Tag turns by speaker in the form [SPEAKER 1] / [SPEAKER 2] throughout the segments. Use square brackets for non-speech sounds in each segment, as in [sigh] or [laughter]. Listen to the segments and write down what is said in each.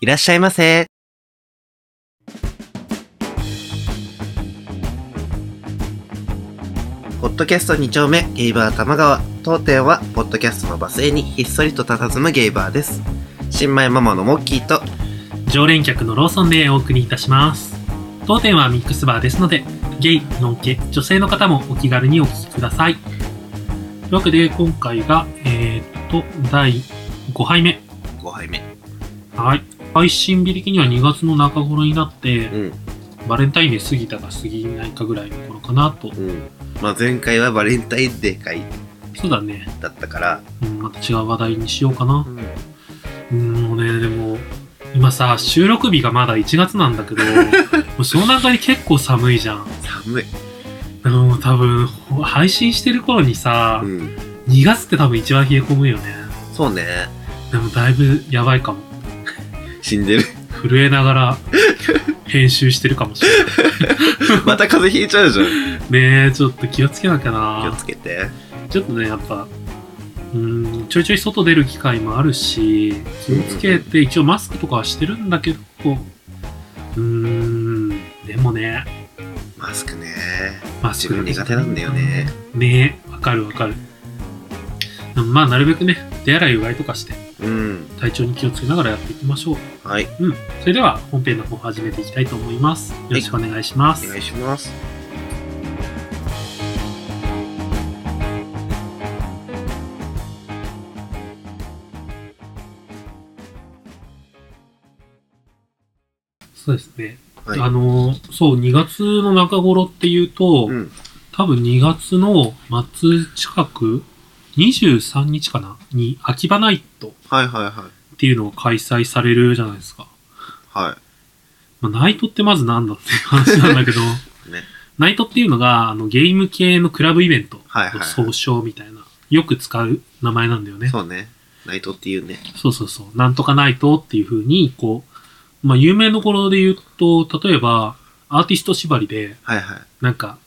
[SPEAKER 1] いらっしゃいませ。ポッドキャスト2丁目、ゲイバー玉川。当店は、ポッドキャストのバス停にひっそりと佇むゲイバーです。新米ママのモッキーと、
[SPEAKER 2] 常連客のローソンでお送りいたします当店はミックスバーですのでゲイノンケ女性の方もお気軽にお聞きくださいというわけで今回がえー、っと第5杯目
[SPEAKER 1] 5杯目。
[SPEAKER 2] はい配信日的には2月の中頃になって
[SPEAKER 1] うん、
[SPEAKER 2] バレンタインデー過ぎたか過ぎないかぐらいの頃かなと
[SPEAKER 1] うん。まあ前回はバレンタインデー会
[SPEAKER 2] そうだね、
[SPEAKER 1] だったから、
[SPEAKER 2] うん、また違う話題にしようかな
[SPEAKER 1] うん。
[SPEAKER 2] うんもうねでも今さ収録日がまだ1月なんだけどもうその中に結構寒いじゃん
[SPEAKER 1] 寒い。
[SPEAKER 2] でも多分配信してる頃にさ、
[SPEAKER 1] うん。
[SPEAKER 2] 2月って多分一番冷え込むよね
[SPEAKER 1] そうね。
[SPEAKER 2] でもだいぶやばいかも
[SPEAKER 1] 死んで [laughs] る。
[SPEAKER 2] 震えなが
[SPEAKER 1] [laughs]
[SPEAKER 2] ら編集してるかもしれない
[SPEAKER 1] また風邪ひいちゃうじゃん。
[SPEAKER 2] ねえちょっと気をつけなきゃ
[SPEAKER 1] 気を
[SPEAKER 2] な
[SPEAKER 1] つけて。
[SPEAKER 2] ちょっとねやっぱうーんちょいちょい外出る機会もあるし気をつけて一応マスクとかはしてるんだけどうーんでもね
[SPEAKER 1] マスクね。
[SPEAKER 2] マスクだけじゃ
[SPEAKER 1] 自分苦手なんだよね
[SPEAKER 2] ねえわかるわかるでもまあなるべくね手洗いうがいとかして
[SPEAKER 1] うん。
[SPEAKER 2] 体調に気をつけながらやっていきましょう
[SPEAKER 1] はい。
[SPEAKER 2] うん、それでは本編の方始めていきたいと思います。よろしくお願いしま
[SPEAKER 1] お
[SPEAKER 2] す。
[SPEAKER 1] 願いします。
[SPEAKER 2] そうですね。
[SPEAKER 1] はい
[SPEAKER 2] あのーそう、2月の中頃っていうと、
[SPEAKER 1] うん。
[SPEAKER 2] 多分2月の末近く、23日かなに、秋葉ナイト
[SPEAKER 1] はいはいはい。
[SPEAKER 2] っていうのを開催されるじゃないですか。
[SPEAKER 1] は
[SPEAKER 2] まあ、ナイトってまずなんだっていう話な
[SPEAKER 1] [laughs]
[SPEAKER 2] んだけど、
[SPEAKER 1] い。ね。
[SPEAKER 2] ナイトっていうのが、あの、ゲーム系のクラブイベント
[SPEAKER 1] はいはいはい
[SPEAKER 2] 総称みたいな、よく使う名前なんだよね。
[SPEAKER 1] そうね。ナイトっていうね。
[SPEAKER 2] そうそうそう。なんとかないとっていう風に、こう、まあ、有名どころで言うと、例えば、アーティスト縛りで、
[SPEAKER 1] はいはい。
[SPEAKER 2] なんか、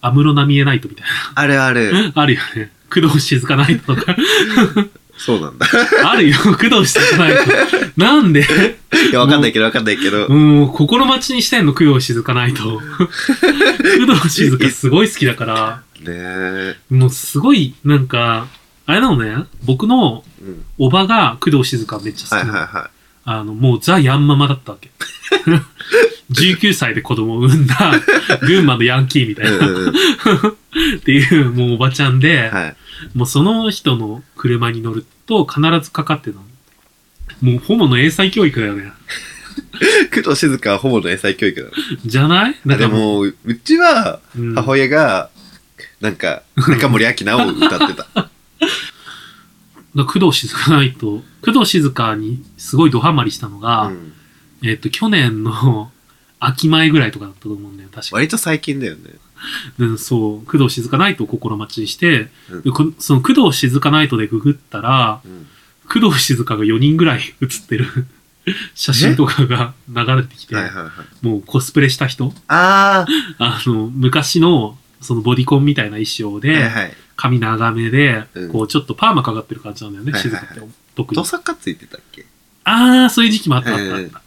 [SPEAKER 2] 安室奈美恵ナイトみたい
[SPEAKER 1] あるある。
[SPEAKER 2] な。あるよね。工藤静香ナイトとか。 [laughs]
[SPEAKER 1] そうなんだ。
[SPEAKER 2] あるよ、工藤静香ナイト。なんで
[SPEAKER 1] いや、わかんないけどわかんないけど。
[SPEAKER 2] もう、心待ちにしてんの、工藤静香
[SPEAKER 1] [laughs]
[SPEAKER 2] ナイト。工藤静香すごい好きだから、
[SPEAKER 1] ねえ。
[SPEAKER 2] もうすごい、なんか、あれなのね、僕の
[SPEAKER 1] うん。
[SPEAKER 2] おばが工藤静香めっちゃ
[SPEAKER 1] は
[SPEAKER 2] 好き
[SPEAKER 1] い
[SPEAKER 2] な
[SPEAKER 1] はい
[SPEAKER 2] の。
[SPEAKER 1] は
[SPEAKER 2] あの、もうザ・ヤンママだったわけ。19歳で子供を産んだ、
[SPEAKER 1] [laughs]
[SPEAKER 2] 群馬のヤンキーみた
[SPEAKER 1] い。
[SPEAKER 2] い
[SPEAKER 1] うん
[SPEAKER 2] な、
[SPEAKER 1] うんうん。
[SPEAKER 2] っていう、もうおばちゃんで、
[SPEAKER 1] はい。
[SPEAKER 2] もうその人の車に乗ると必ずかかってたの。もうホモの英才教育だよね。
[SPEAKER 1] 工藤静香はほぼの英才教育だろ
[SPEAKER 2] じゃない
[SPEAKER 1] あで、も、うちは、
[SPEAKER 2] うん
[SPEAKER 1] 母親が、なんか、中森明菜を歌ってた。
[SPEAKER 2] だから工藤静香ないと、工藤静香にすごいドハマりしたのが、
[SPEAKER 1] うん
[SPEAKER 2] えっと、去年の [laughs] 秋前ぐらいとかだったと思うんだよ、確か。
[SPEAKER 1] 割と最近だよね。
[SPEAKER 2] でそう、工藤静香ナイトを心待ちにして、
[SPEAKER 1] うん
[SPEAKER 2] でこその工藤静香ナイトでググったら、
[SPEAKER 1] うん。
[SPEAKER 2] 工藤静香が4人ぐらい
[SPEAKER 1] [laughs]
[SPEAKER 2] 写ってる写真とかが流れてきて、
[SPEAKER 1] はいはいはい。
[SPEAKER 2] もうコスプレした人、
[SPEAKER 1] あー
[SPEAKER 2] あの、昔の、そのボディコンみたいな衣装で、
[SPEAKER 1] はいはい。
[SPEAKER 2] 髪長めで、
[SPEAKER 1] うん
[SPEAKER 2] こうちょっとパーマかかってる感じなんだよね、
[SPEAKER 1] はいはい
[SPEAKER 2] 静
[SPEAKER 1] はい
[SPEAKER 2] 香って。特に
[SPEAKER 1] 土。作家ついてたっけ
[SPEAKER 2] あー、そういう時期もあったあっ
[SPEAKER 1] ええ
[SPEAKER 2] たあっ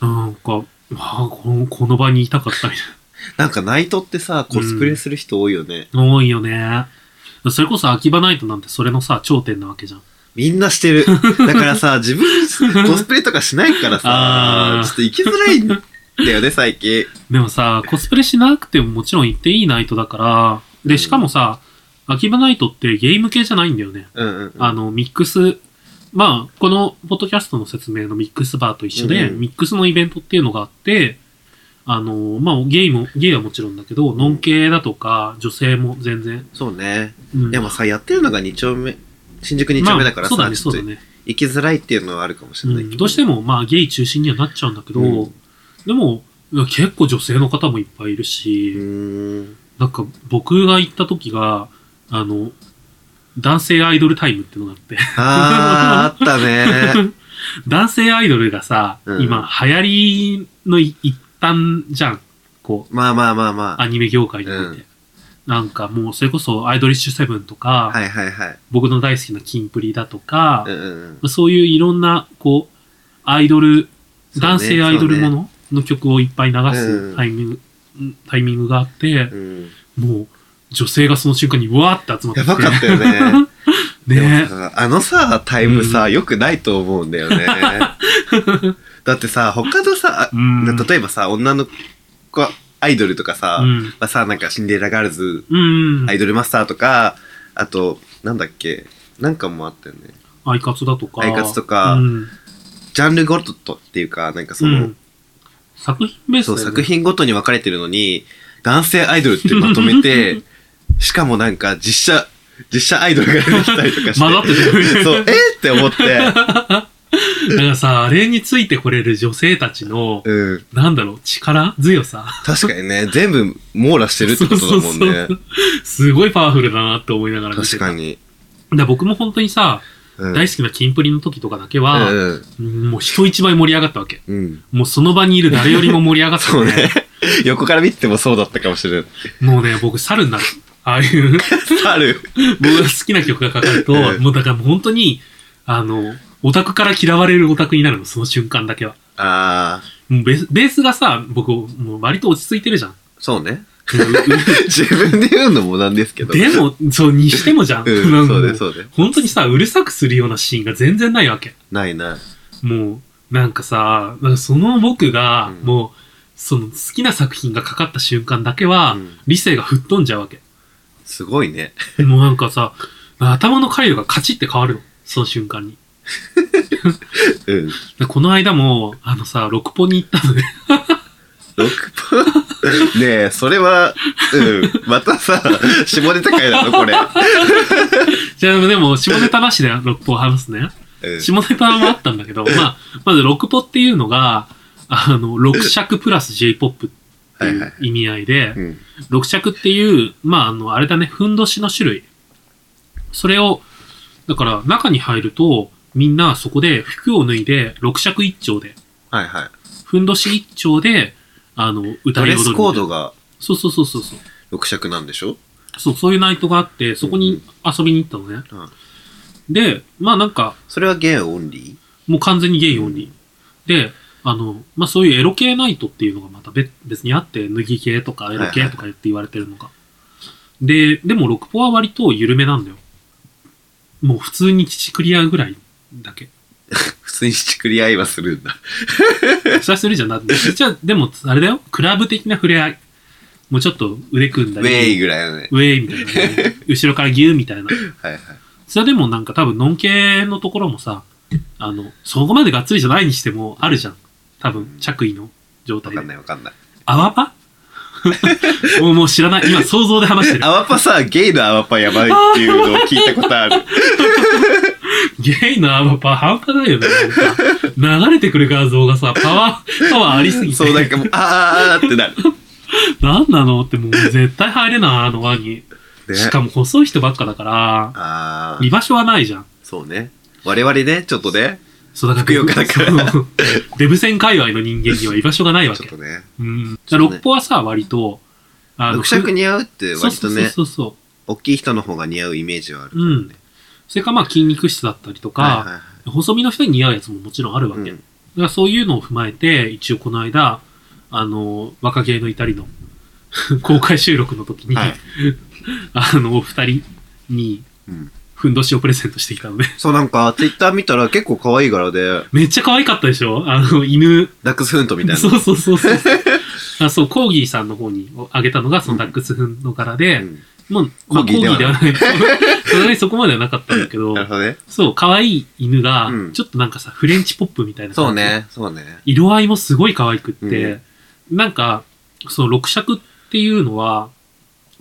[SPEAKER 2] た。なんか、わあこの、この場にいたかったみたい
[SPEAKER 1] なんかナイトってさ、コスプレする人多いよね。
[SPEAKER 2] な。多いよね。それこそ秋葉ナイトなんてそれのさ、頂点なわけじゃん。
[SPEAKER 1] みんなしてる。だからさ、 [laughs] 自分、コスプレとかしないからさ
[SPEAKER 2] あ、ー
[SPEAKER 1] ちょっと行きづらいんだよね、最近。
[SPEAKER 2] でもさ、コスプレしなくてももちろん行っていいナイトだから、
[SPEAKER 1] う
[SPEAKER 2] で、
[SPEAKER 1] ん
[SPEAKER 2] しかもさ、秋葉ナイトってゲーム系じゃないんだよね。
[SPEAKER 1] うんうんうん。
[SPEAKER 2] あの、ミックス、まあ、このポッドキャストの説明のミックスバーと一緒で、
[SPEAKER 1] うん
[SPEAKER 2] ミックスのイベントっていうのがあって、あの、まあ、ゲイも、ゲイはもちろんだけど、ノン系だとか、女性も全然。
[SPEAKER 1] そうね。
[SPEAKER 2] うん
[SPEAKER 1] でもさ、やってるのが2丁目、新宿2丁目だからさ、
[SPEAKER 2] まあ、
[SPEAKER 1] ちょ
[SPEAKER 2] そ
[SPEAKER 1] っ
[SPEAKER 2] う
[SPEAKER 1] と
[SPEAKER 2] だね、そうだね。
[SPEAKER 1] 行きづらいっていうのはあるかもしれないけ
[SPEAKER 2] う
[SPEAKER 1] ど。
[SPEAKER 2] んどうしても、まあ、ゲイ中心にはなっちゃうんだけど、
[SPEAKER 1] うん
[SPEAKER 2] でも、いや結構女性の方もいっぱいいるし、
[SPEAKER 1] うーん。
[SPEAKER 2] なんか僕が行った時が、あの、男性アイドルタイムってのがあって、 [laughs]
[SPEAKER 1] あー、あったね。
[SPEAKER 2] 男性アイドルがさ、
[SPEAKER 1] うん
[SPEAKER 2] 今流行りのい一端じゃん。こう、
[SPEAKER 1] まあまあまあまあ。
[SPEAKER 2] アニメ業界において。なんかもうそれこそアイドリッシュセブンとか、
[SPEAKER 1] はいはいはい。
[SPEAKER 2] 僕の大好きなキンプリだとか
[SPEAKER 1] うん、うんうん。
[SPEAKER 2] そういういろんな、こう、アイドル、
[SPEAKER 1] そうね
[SPEAKER 2] 男性アイドルものの曲をいっぱい流
[SPEAKER 1] う
[SPEAKER 2] す
[SPEAKER 1] ん
[SPEAKER 2] タイミング、タイミングがあって
[SPEAKER 1] う、ん。
[SPEAKER 2] もう、女性がその瞬間にわーって集まって
[SPEAKER 1] や
[SPEAKER 2] き、
[SPEAKER 1] ばかってたよ
[SPEAKER 2] [laughs]
[SPEAKER 1] ね。でも
[SPEAKER 2] ね
[SPEAKER 1] さあのさ、タイムさ、良くないと思うんだ
[SPEAKER 2] [laughs]
[SPEAKER 1] よね。だってさ、他のさ、あ
[SPEAKER 2] うん
[SPEAKER 1] 例えばさ、女の子、アイドルとかさ、
[SPEAKER 2] うん
[SPEAKER 1] まあさ、なんかシンデレラガールズ、
[SPEAKER 2] うん。
[SPEAKER 1] アイドルマスターとか、あと、なんだっけ、なんかもあったよね。
[SPEAKER 2] アイカツだとか。
[SPEAKER 1] アイカツとか
[SPEAKER 2] うん。
[SPEAKER 1] ジャンルごとっていうか、なんかそうの、
[SPEAKER 2] ん作品ベース
[SPEAKER 1] そう、
[SPEAKER 2] だよね
[SPEAKER 1] 作品ごとに分かれてるのに、男性アイドルってまとめて、しかもなんか実写、実写アイドルが出てきたりとかして。
[SPEAKER 2] 混ざってたよね
[SPEAKER 1] そう、えーって思って。
[SPEAKER 2] だからさ、あれについてこれる女性たちの、
[SPEAKER 1] うん。
[SPEAKER 2] なんだろう、力強さ。
[SPEAKER 1] 確かにね、全部網羅してるってことだもん
[SPEAKER 2] そうそうそ
[SPEAKER 1] ね
[SPEAKER 2] う。すごいパワフルだなって思いながら見て
[SPEAKER 1] 確
[SPEAKER 2] た。
[SPEAKER 1] かに。
[SPEAKER 2] だから僕も本当にさ、
[SPEAKER 1] うん
[SPEAKER 2] 大好きなキンプリの時とかだけ
[SPEAKER 1] う
[SPEAKER 2] は、
[SPEAKER 1] ん
[SPEAKER 2] うんもう人一倍盛り上がったわけ。
[SPEAKER 1] うん。うん。
[SPEAKER 2] もうその場にいる誰よりも盛り上がって
[SPEAKER 1] [laughs] そうね。横から見ててもそうだったかもしれない。
[SPEAKER 2] もうね、僕猿になる。ああいう、
[SPEAKER 1] 猿。
[SPEAKER 2] 僕が好きな曲がかかると、
[SPEAKER 1] うん
[SPEAKER 2] もうだからもう本当に、あの、オタクから嫌われるオタクになるの、その瞬間だけは。
[SPEAKER 1] あー、
[SPEAKER 2] もうベースベースがさ、僕、もう割と落ち着いてるじゃん。
[SPEAKER 1] そう [laughs] ね。自分で言うのもなんですけど。
[SPEAKER 2] でも、そう、にしてもじゃん。
[SPEAKER 1] うん、そう
[SPEAKER 2] で
[SPEAKER 1] ね、そうね。
[SPEAKER 2] 本当にさ、うるさくするようなシーンが全然ないわけ。
[SPEAKER 1] ないない。
[SPEAKER 2] もう、なんかさ、なんかその僕が、
[SPEAKER 1] うん
[SPEAKER 2] もう、その好きな作品がかかった瞬間だけは、
[SPEAKER 1] うん
[SPEAKER 2] 理性が吹っ飛んじゃうわけ。
[SPEAKER 1] すごいね。
[SPEAKER 2] もうなんかさ、頭の回路がカチッて変わるの。その瞬間に。
[SPEAKER 1] うん。
[SPEAKER 2] でこの間も、あのさ、六本に行ったのね。 [laughs]
[SPEAKER 1] 6パーねえ、それは、うん。またさ、下ネタ会なのこれ。
[SPEAKER 2] じゃあ、でも、下ネタなしで六本話すね。
[SPEAKER 1] うん
[SPEAKER 2] 下ネタもあったんだ
[SPEAKER 1] [laughs]
[SPEAKER 2] けど、まあ、まず六ポっていうのが、あの、六尺プラス J-POP って
[SPEAKER 1] はい
[SPEAKER 2] い
[SPEAKER 1] はいう
[SPEAKER 2] 意味合いで
[SPEAKER 1] う、ん。
[SPEAKER 2] 六尺っていう、まあ、あの、あれだね、ふんどしの種類。それを、だから中に入ると、みんなそこで服を脱いで、六尺一丁で、
[SPEAKER 1] はいはい。
[SPEAKER 2] ふんどし一丁で、あの、歌
[SPEAKER 1] ド
[SPEAKER 2] い
[SPEAKER 1] レ
[SPEAKER 2] 踊るみたい
[SPEAKER 1] ス
[SPEAKER 2] な。
[SPEAKER 1] コードが
[SPEAKER 2] そうそうそうそうそう。
[SPEAKER 1] 6尺なんでしょ
[SPEAKER 2] そう、そういうナイトがあって、そこに遊びに行ったのね。
[SPEAKER 1] うん
[SPEAKER 2] で、まあなんか、
[SPEAKER 1] それはゲイオンリ
[SPEAKER 2] もう完全にゲイオンリー。で、あの、まあ、そういうエロ系ナイトっていうのがまた別別にあって、脱ぎ系とかエロ系とか言って言われてるのが。で、でも6ポは割と緩めなんだよ。もう普通に乳クリアぐらいだけ。
[SPEAKER 1] ー普通にしちくり合いはするんだ。
[SPEAKER 2] それはするじゃん。だって、じゃあでもあれだよ。クラブ的な触れ合い。もうちょっと腕組ん
[SPEAKER 1] ウ
[SPEAKER 2] だり。
[SPEAKER 1] ェイぐらいのね。
[SPEAKER 2] ウェイみたいな、ね。後ろからギューみたいな。
[SPEAKER 1] はいはい。
[SPEAKER 2] それでもなんか多分、ノン系のところもさ、あの、そこまでがっつりじゃないにしても、あるじゃん。多分、着衣の状
[SPEAKER 1] わ
[SPEAKER 2] 態
[SPEAKER 1] かん
[SPEAKER 2] で。
[SPEAKER 1] ないわかんない。
[SPEAKER 2] 泡
[SPEAKER 1] [laughs]
[SPEAKER 2] パもうもう知らない。今、想像で話してる
[SPEAKER 1] ア。ワパさ、ゲイのアワパやばいっていうのを聞いたことある。
[SPEAKER 2] ゲイの泡パ半端ないよね。なんか流れてくる画像がさ、パワー、パワーありすぎて。
[SPEAKER 1] そう、なんかもう、あーあーってなる。
[SPEAKER 2] なんなのってもう絶対入れない、あの輪に。
[SPEAKER 1] ね
[SPEAKER 2] しかも細い人ばっかだから、
[SPEAKER 1] あ
[SPEAKER 2] 居
[SPEAKER 1] ー、
[SPEAKER 2] 場所はないじゃん。
[SPEAKER 1] そうね。我々ね、ちょっとね、
[SPEAKER 2] そう、だ
[SPEAKER 1] ふくよかだから
[SPEAKER 2] そうデブ戦界隈の人間には居場所がないわ
[SPEAKER 1] ちょっ
[SPEAKER 2] け
[SPEAKER 1] と。ね。
[SPEAKER 2] うん。じゃあ、六歩はさ、割と、あ
[SPEAKER 1] 6尺
[SPEAKER 2] に
[SPEAKER 1] 似合うって割とね、
[SPEAKER 2] そうそうそうそ
[SPEAKER 1] 大きい人の方が似合うイメージはある
[SPEAKER 2] う。うん。それか、まあ、筋肉質だったりとか、
[SPEAKER 1] はいはい
[SPEAKER 2] 細身の人に似合うやつももちろんあるわけ。
[SPEAKER 1] はい。うん
[SPEAKER 2] だからそういうのを踏まえて、一応この間、あの、若芸の至りの [laughs] 公開収録の時に、
[SPEAKER 1] はい
[SPEAKER 2] あの、お二人に、
[SPEAKER 1] うん
[SPEAKER 2] ふんどしをプレゼントしてきたので、 [laughs]
[SPEAKER 1] そうなんか、ツイッター見たら結構可愛い柄で、
[SPEAKER 2] めっちゃ可愛かったでしょあの、犬。
[SPEAKER 1] ダックスフントみたいな。
[SPEAKER 2] そうそうそうそう。 [laughs] あそう、コーギーさんの方にあげたのが、そのダックスフンの柄で、
[SPEAKER 1] うん
[SPEAKER 2] もう、ま
[SPEAKER 1] コー
[SPEAKER 2] あ、コー
[SPEAKER 1] ギ
[SPEAKER 2] ギ
[SPEAKER 1] ー
[SPEAKER 2] ー
[SPEAKER 1] で
[SPEAKER 2] で
[SPEAKER 1] は
[SPEAKER 2] はない。さすがにそこまではなかったんだけど
[SPEAKER 1] な、るほどね。
[SPEAKER 2] そう、可愛い犬が
[SPEAKER 1] うん、
[SPEAKER 2] ちょっとなんかさ、フレンチポップみたいな
[SPEAKER 1] そう
[SPEAKER 2] 感じ。。
[SPEAKER 1] ね、そうね。
[SPEAKER 2] 色合いもすごい可愛くって、なんか、その六尺っていうのは、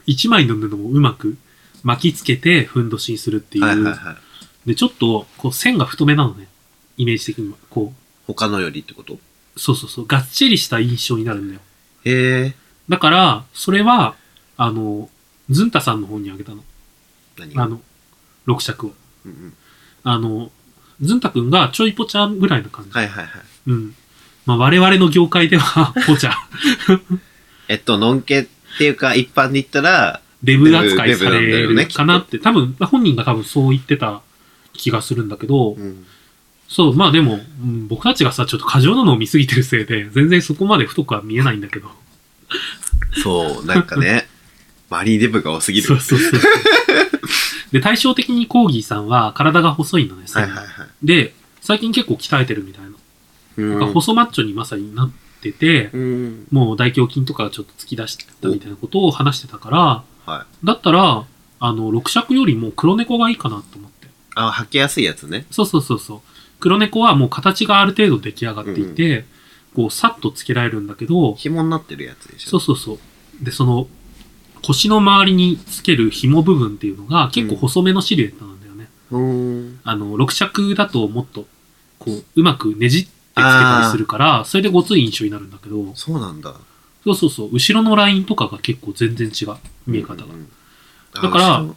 [SPEAKER 2] 一枚の布をうまく巻きつけてふんどしにするっていう。
[SPEAKER 1] はいはいはい。
[SPEAKER 2] で、ちょっと、こう、線が太めなのね。イメージ的には。こ
[SPEAKER 1] 他のよりってこと
[SPEAKER 2] う、そうそうそう、がっちりした印象になるんだよ。
[SPEAKER 1] へえ。
[SPEAKER 2] だから、それは、あの、ズンタさんの方にあげたの。
[SPEAKER 1] 何
[SPEAKER 2] あの、六尺を。
[SPEAKER 1] うんうん
[SPEAKER 2] あの、ずんたくんがちょいぽちゃぐらいの感じ。
[SPEAKER 1] はいはいはい。
[SPEAKER 2] うん。まあ、我々の業界では、 [laughs] ぽちゃ、
[SPEAKER 1] えっと、のんけっていうか、一般で言ったら、
[SPEAKER 2] デブ扱い
[SPEAKER 1] デブデ
[SPEAKER 2] さ
[SPEAKER 1] ブなんだ
[SPEAKER 2] れ
[SPEAKER 1] よね
[SPEAKER 2] るかなって、多分、本人が多分そう言ってた気がするんだけど、
[SPEAKER 1] うん
[SPEAKER 2] そう、まあでも、うん僕たちがさ、ちょっと過剰なのを見すぎてるせいで、全然そこまで太くは見えないん
[SPEAKER 1] [laughs]
[SPEAKER 2] だけど。
[SPEAKER 1] そう、なんかね、マリーデブが多すぎる。
[SPEAKER 2] そうそうそう。で、対照的にコーギーさんは体が細いのです、
[SPEAKER 1] はいはいはい。
[SPEAKER 2] で、最近結構鍛えてるみたいな。
[SPEAKER 1] うん
[SPEAKER 2] なんか細マッチョにまさになってて、
[SPEAKER 1] うん。
[SPEAKER 2] もう大胸筋とかちょっと突き出してたみたいなことを話してたから、
[SPEAKER 1] はい。
[SPEAKER 2] だったら、あの、六尺よりも黒猫がいいかなと思って。
[SPEAKER 1] あ、履きやすいやつね。
[SPEAKER 2] そうそうそうそう。黒猫はもう形がある程度出来上がっていて、こう、さっとつけられるんだけど、
[SPEAKER 1] 紐になってるやつでしょ。
[SPEAKER 2] そうそうそう。で、その、腰の周りにつける紐部分っていうのが結構細めのシルエットなんだよね。
[SPEAKER 1] うーん。
[SPEAKER 2] あの、6尺だともっと、こう、うまくねじってつけたりするから、それでごつい印象になるんだけど、
[SPEAKER 1] そうなんだ。
[SPEAKER 2] そうそうそう、後ろのラインとかが結構全然違う、見え方が。
[SPEAKER 1] うんうん
[SPEAKER 2] だから、
[SPEAKER 1] あ後ろ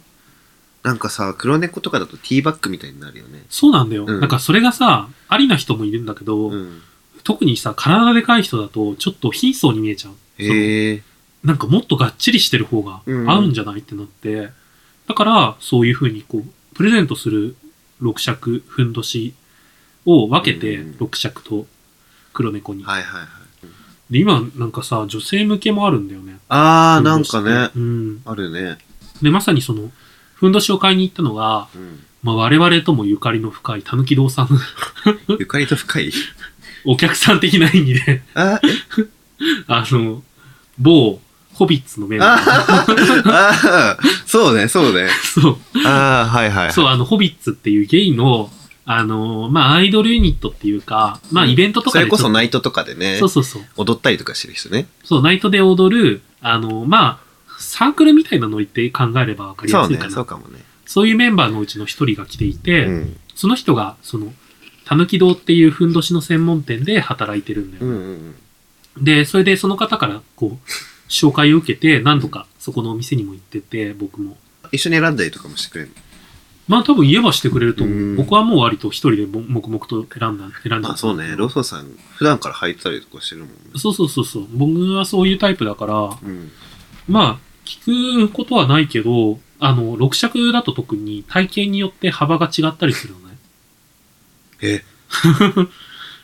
[SPEAKER 1] なんかさ、黒猫とかだとティーバッグみたいになるよね。
[SPEAKER 2] そうなんだよ。
[SPEAKER 1] うん
[SPEAKER 2] なんかそれがさ、ありな人もいるんだけど、
[SPEAKER 1] うん。
[SPEAKER 2] 特にさ、体でかい人だと、ちょっと貧相に見えちゃう。
[SPEAKER 1] へえ。
[SPEAKER 2] なんかもっとがっちりしてる方が
[SPEAKER 1] うん
[SPEAKER 2] 合うんじゃないってなって、だからそういうふうにこう、プレゼントする六尺ふんどしを分けて
[SPEAKER 1] うん、
[SPEAKER 2] 六尺と黒猫に、
[SPEAKER 1] はいはいはい。
[SPEAKER 2] で、今なんかさ、女性向けもあるんだよね。
[SPEAKER 1] あー、
[SPEAKER 2] ふ
[SPEAKER 1] な
[SPEAKER 2] ど
[SPEAKER 1] ん
[SPEAKER 2] しっ
[SPEAKER 1] か
[SPEAKER 2] て
[SPEAKER 1] ね、
[SPEAKER 2] うん。
[SPEAKER 1] あるね。
[SPEAKER 2] で、まさにその、ふんどしを買いに行ったのが、
[SPEAKER 1] うん。
[SPEAKER 2] まあ、我々ともゆかりの深いたぬき堂さん、 [laughs]
[SPEAKER 1] ゆかりと深い [laughs]
[SPEAKER 2] お客さん的な意味で、
[SPEAKER 1] あ、え [laughs]
[SPEAKER 2] あの、某、ホビッツのメンバー。
[SPEAKER 1] あ
[SPEAKER 2] [laughs]
[SPEAKER 1] ーあー、そうね、そうね。
[SPEAKER 2] そう。
[SPEAKER 1] ああ、はいはい。
[SPEAKER 2] そう、あの、ホビッツっていうゲイの、あのーまあ、アイドルユニットっていうか、まあ、イベントと
[SPEAKER 1] そ
[SPEAKER 2] かで
[SPEAKER 1] れこ
[SPEAKER 2] ちょ
[SPEAKER 1] そ
[SPEAKER 2] っと
[SPEAKER 1] ナイトとかでね
[SPEAKER 2] そう、そうそう。
[SPEAKER 1] 踊ったりとかしてる人ね。
[SPEAKER 2] そう、ナイトで踊る、あのーまあ、サークルみたいなのって考えればわかりや
[SPEAKER 1] そう
[SPEAKER 2] すい
[SPEAKER 1] ね
[SPEAKER 2] かな。、そ
[SPEAKER 1] そううかもね。
[SPEAKER 2] いうメンバーのうちの一人が来ていて、
[SPEAKER 1] うん。
[SPEAKER 2] その人が、その、たぬき堂っていうふんどしの専門店で働いてるんだ
[SPEAKER 1] う
[SPEAKER 2] よ
[SPEAKER 1] ん
[SPEAKER 2] ね、
[SPEAKER 1] うん
[SPEAKER 2] で、それでその方から、こう、紹介を受けて、何度かそこのお店にも行ってて、僕も。
[SPEAKER 1] 一緒に選んだりとかもしてくれる
[SPEAKER 2] まあ多分言えばしてくれると思う。
[SPEAKER 1] うん
[SPEAKER 2] 僕はもう割と一人で黙々と選んだ、選んだ。
[SPEAKER 1] まあそうね、ローソンさん、普段から履いてたりとかしてるもんね。
[SPEAKER 2] そうそうそうそう。僕はそういうタイプだから、
[SPEAKER 1] うん。
[SPEAKER 2] まあ、聞くことはないけど、あの、6尺だと特に体型によって幅が違ったりするのね。
[SPEAKER 1] え、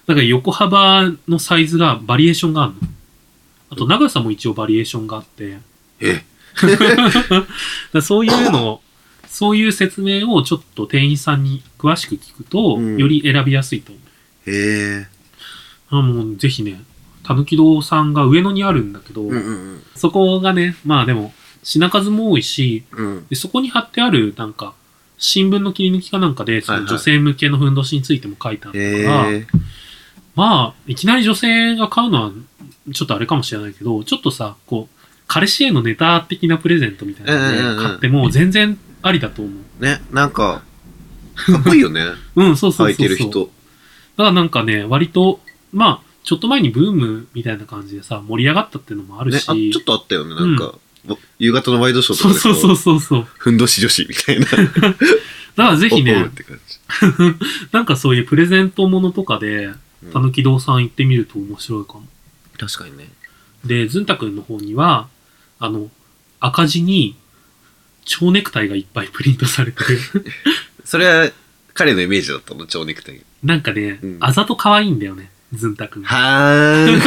[SPEAKER 2] だから横幅のサイズが、バリエーションがあるの。あと長さも一応バリエーションがあって、だか
[SPEAKER 1] え、
[SPEAKER 2] らそういうのを、そういう説明をちょっと店員さんに詳しく聞くと、
[SPEAKER 1] うん
[SPEAKER 2] より選びやすいと思う。
[SPEAKER 1] へえ。
[SPEAKER 2] あもうぜひね、たぬき堂さんが上野にあるんだけど、
[SPEAKER 1] うんうん
[SPEAKER 2] そこがね、まあでも、品数も多いし、
[SPEAKER 1] うん。うん。
[SPEAKER 2] で、そこに貼ってある、なんか、新聞の切り抜きかなんかで、そ
[SPEAKER 1] は
[SPEAKER 2] の
[SPEAKER 1] いはい
[SPEAKER 2] 女性向けのふんどしについても書いてあるから、
[SPEAKER 1] へえ。
[SPEAKER 2] まあ、いきなり女性が買うのは、ちょっとあれかもしれないけど、ちょっとさ、こう、彼氏へのネタ的なプレゼントみたいなので、
[SPEAKER 1] うんうんうん
[SPEAKER 2] 買っても全然ありだと思う。
[SPEAKER 1] ね、なんか、かっこいい [laughs] よね。
[SPEAKER 2] うん、そうそうそうそう。
[SPEAKER 1] 履いてる人。
[SPEAKER 2] だからなんかね、割と、まあ、ちょっと前にブームみたいな感じでさ、盛り上がったっていうのもある
[SPEAKER 1] ね、あ、
[SPEAKER 2] し、
[SPEAKER 1] ちょっとあったよね、なんか。お夕方のワイドショーとか
[SPEAKER 2] そう
[SPEAKER 1] でこ
[SPEAKER 2] そうそうそうそう。
[SPEAKER 1] ふんどし女子みた [laughs] いな。
[SPEAKER 2] だからぜひ
[SPEAKER 1] おおう
[SPEAKER 2] ね
[SPEAKER 1] っ、て感じ。
[SPEAKER 2] なんかそういうプレゼントものとかで、
[SPEAKER 1] うん
[SPEAKER 2] たぬき堂さん行ってみると面白いかも。
[SPEAKER 1] 確かにね。
[SPEAKER 2] で、ずんたくんの方には、あの、赤字に、蝶ネクタイがいっぱいプリントされて
[SPEAKER 1] [laughs]
[SPEAKER 2] る。
[SPEAKER 1] それは、彼のイメージだったの、蝶ネクタイ。
[SPEAKER 2] なんかね、
[SPEAKER 1] うん
[SPEAKER 2] あざと可愛いんだよね、ずんたくん。
[SPEAKER 1] は [laughs] ーん。